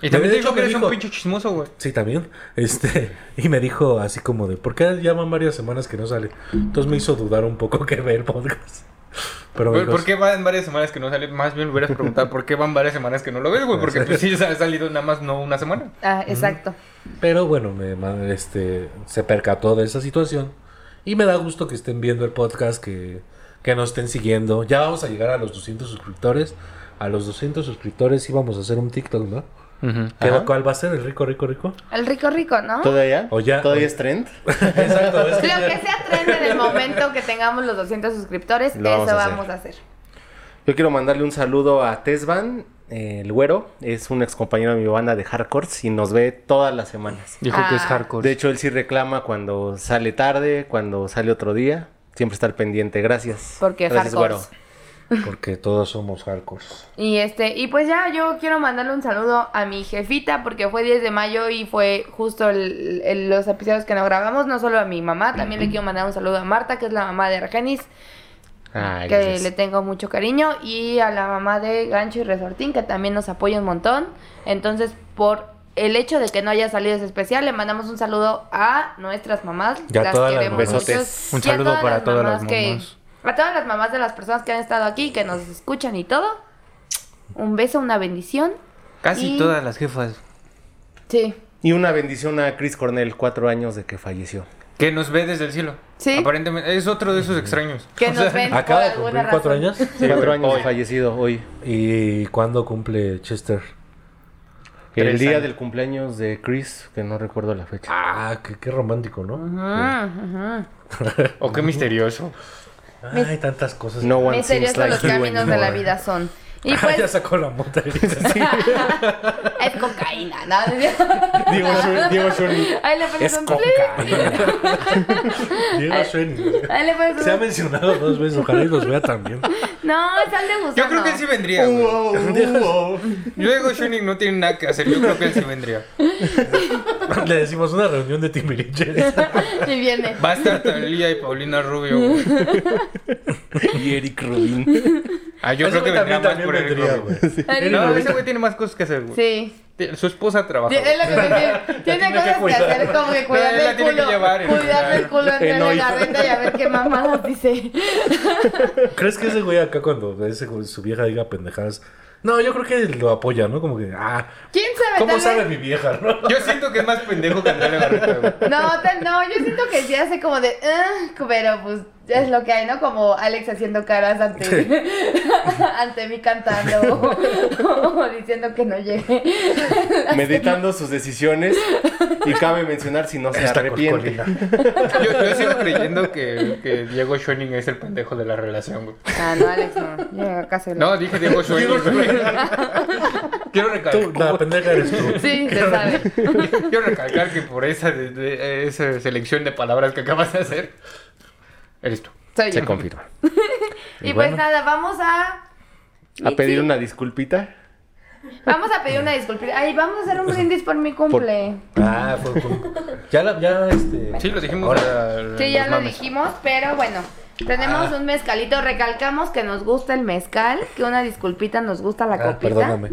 Y también De te digo hecho, que me eres un dijo- pinche chismoso, güey. Sí, también. Este, y me dijo así como de, ¿por qué llevan varias semanas que no sale? Entonces me hizo dudar un poco que ve el podcast. Pero me Güey, dijo, ¿Por qué van varias semanas que no sale? Más bien me hubieras preguntado por qué van varias semanas que no lo ves, güey. Porque pues sí ha salido nada más no una semana. Ah, exacto. Pero bueno, me, ma- este, se percató de esa situación. Y me da gusto que estén viendo el podcast, que, que nos estén siguiendo. Ya vamos a llegar a los 200 suscriptores. A los 200 suscriptores íbamos a hacer un TikTok, ¿no? ¿Qué- Ajá. ¿Cuál va a ser? ¿El rico, rico, rico? El rico rico, ¿no? ¿Todavía? O ya- ¿Todavía o- es trend? Exacto. es que Lo ya- que sea trend en el momento que tengamos los 200 suscriptores, Lo eso vamos a hacer. vamos a hacer. Yo quiero mandarle un saludo a Tesvan, eh, el güero. Es un ex compañero de mi banda de hardcores y nos ve todas las semanas. Dijo que es hardcore. De hecho, él sí reclama cuando sale tarde, cuando sale otro día. Siempre estar pendiente. Gracias. Porque Gracias, hardcores. güero. Porque todos somos hardcores. Y este, y pues ya yo quiero mandarle un saludo a mi jefita porque fue 10 de mayo y fue justo el- el- los episodios que nos grabamos, no solo a mi mamá, también le quiero mandar un saludo a Marta, que es la mamá de Argenis, Ay, que gracias. le tengo mucho cariño, y a la mamá de Gancho y Resortín, que también nos apoya un montón. Entonces, por el hecho de que no haya salido ese especial, le mandamos un saludo a nuestras mamás. Y a todas las queremos mamosotes. mucho. Un Y a saludo para todas las mamás que- mamás. a todas las mamás de las personas que han estado aquí, que nos escuchan y todo. Un beso, una bendición. Casi Y- todas las jefas. Sí. Y una bendición a Chris Cornell, cuatro años de que falleció. Que nos ve desde el cielo. Sí. Aparentemente, es otro de esos extraños. Que nos ven Acaba de por cumplir alguna cuatro razón. años. cuatro años hoy. de fallecido hoy. ¿Y cuándo cumple Chester? El Tres día años. del cumpleaños de Chris, que no recuerdo la fecha. Ah, qué, qué romántico, ¿no? Ah, O qué misterioso. Ay, tantas cosas. No ajá. one seems Misteriosos Oh, like los you caminos de la anymore. vida son. Y Ah, ya pues sacó la mota. es cocaína, ¿no? Diego Schwen- Diego Schwen- Ahí le pones Es un cocaína. Diego Schwenning. Ahí le pones Se ha un... mencionado dos veces, ojalá y los vea también. No, Oh, sal de gusano. Yo creo que él sí vendría. güey. Yo digo, Shuning no tiene nada que hacer. Yo creo que él sí vendría. Le decimos una reunión de Timbiriche. Y viene. Va a estar Talía y Paulina Rubio. güey. Y Eric Rubin. Ah, yo creo que vendría más por Eric Rubin. Eric No, ese güey tiene más cosas que hacer, güey. Sí. Su esposa trabaja. Es lo que me tiene, tiene que cosas que, cuidar. hacer, como que cuidarle la el tiene que culo, llevar en- cuidarle el culo entre en la hoy. garreta y a ver qué mamadas dice. ¿Crees que ese güey acá cuando ese güey- su vieja diga pendejadas, No, yo creo que lo apoya, ¿no? Como que, ah, ¿Quién sabe? ¿cómo Tal sabe vez- mi vieja, no? Yo siento que es más pendejo que Antonio Garreta, güey. No, tal- no, yo siento que sí hace como de, "Ah", pero pues ya es lo que hay, ¿no? Como Alex haciendo caras ante, ante mí cantando o, diciendo que no llegue. meditando sus decisiones y cabe mencionar si no se Esta arrepiente. corcolina. Yo, yo sigo creyendo que, que Diego Schoening es el pendejo de la relación, güey. Ah, no, Alex no. Llega casi No, dije Diego Schoening, güey. Quiero recalcar. Tú, la pendeja eres tú. Sí, se sabe. Quiero recalcar que por esa, de- de- esa selección de palabras que acabas de hacer, eres tú. Soy yo. Se confirma. Y, Y pues bueno. nada, vamos a A pedir una disculpita. vamos a pedir una disculpa. Ay, vamos a hacer un brindis por mi cumple. Ah, fue con... Ya, la, ya, este... Sí, lo dijimos. a- a Sí, ya los lo mames. dijimos, pero bueno. Tenemos Ah. un mezcalito, recalcamos que nos gusta el mezcal, que una disculpita nos gusta la Ah, copita. perdóname.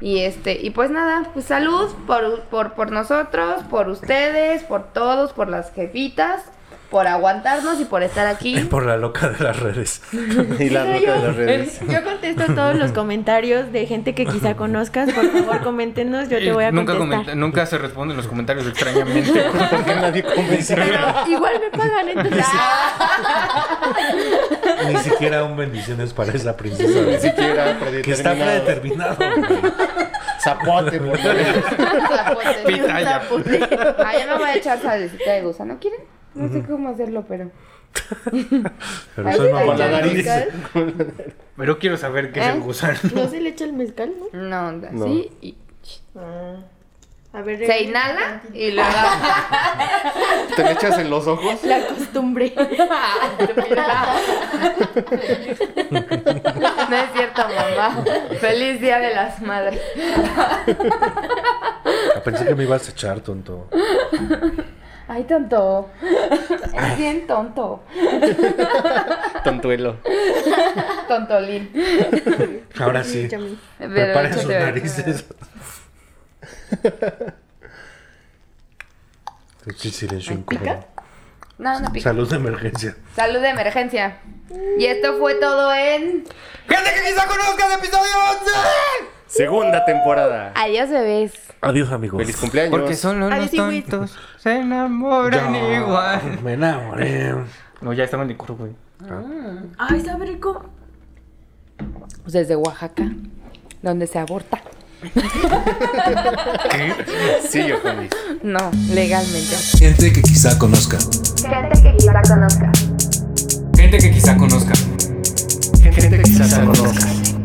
Y este, y pues nada, pues salud por, por, por nosotros, por ustedes, por todos, por las jefitas, por aguantarnos y por estar aquí. Por la loca de las redes. Y la loca de Soy yo. las redes. Yo contesto todos los comentarios de gente que quizá conozcas. Por favor, coméntenos, yo te voy a Eh, nunca, contestar. comenta- nunca se responden los comentarios extrañamente. güey. Porque nadie convence. Pero igual me pagan, entonces. Ah, Ni siquiera un bendiciones para esa princesa. Ni güey. siquiera Que está predeterminado. predeterminado. güey. Zapote, por favor. Zapote. Pitaya. Ah, ya me voy a echar salecita de gusano, ¿quieren? No sé cómo hacerlo, pero. Pero Ay, soy sí, mamá. Con la ay, nariz. mezcal. Pero quiero saber qué es ¿Eh? el gusano. No se le echa el mezcal, ¿no? No, así No. y Ah. A ver, se inhala y luego Te le echas en los ojos. La costumbre. No es cierto, mamá. Feliz Día de las Madres. Ah, Pensé que me ibas a echar, tonto. Ay, tonto. Es bien tonto. Tontuelo. Tontolín. Ahora sí. Pero Preparen sus échate. narices. Sí, silencio incómodo. No, no pica. Salud de emergencia. Salud de emergencia. Y esto fue todo en. ¡Gente que quizá conozcas, episodio 11! Segunda temporada. Adiós, bebés. Adiós, amigos. Feliz cumpleaños. Porque solo Ay, los sí, güey. tontos se enamoran Ya, igual. Me enamoré. No, ya estaba en el coro, güey. Ay, sabe rico. Pues desde Oaxaca, donde se aborta. Sí, yo con No, legalmente. Gente que quizá conozca. Gente que quizá conozcas. Gente que quizás conozcas.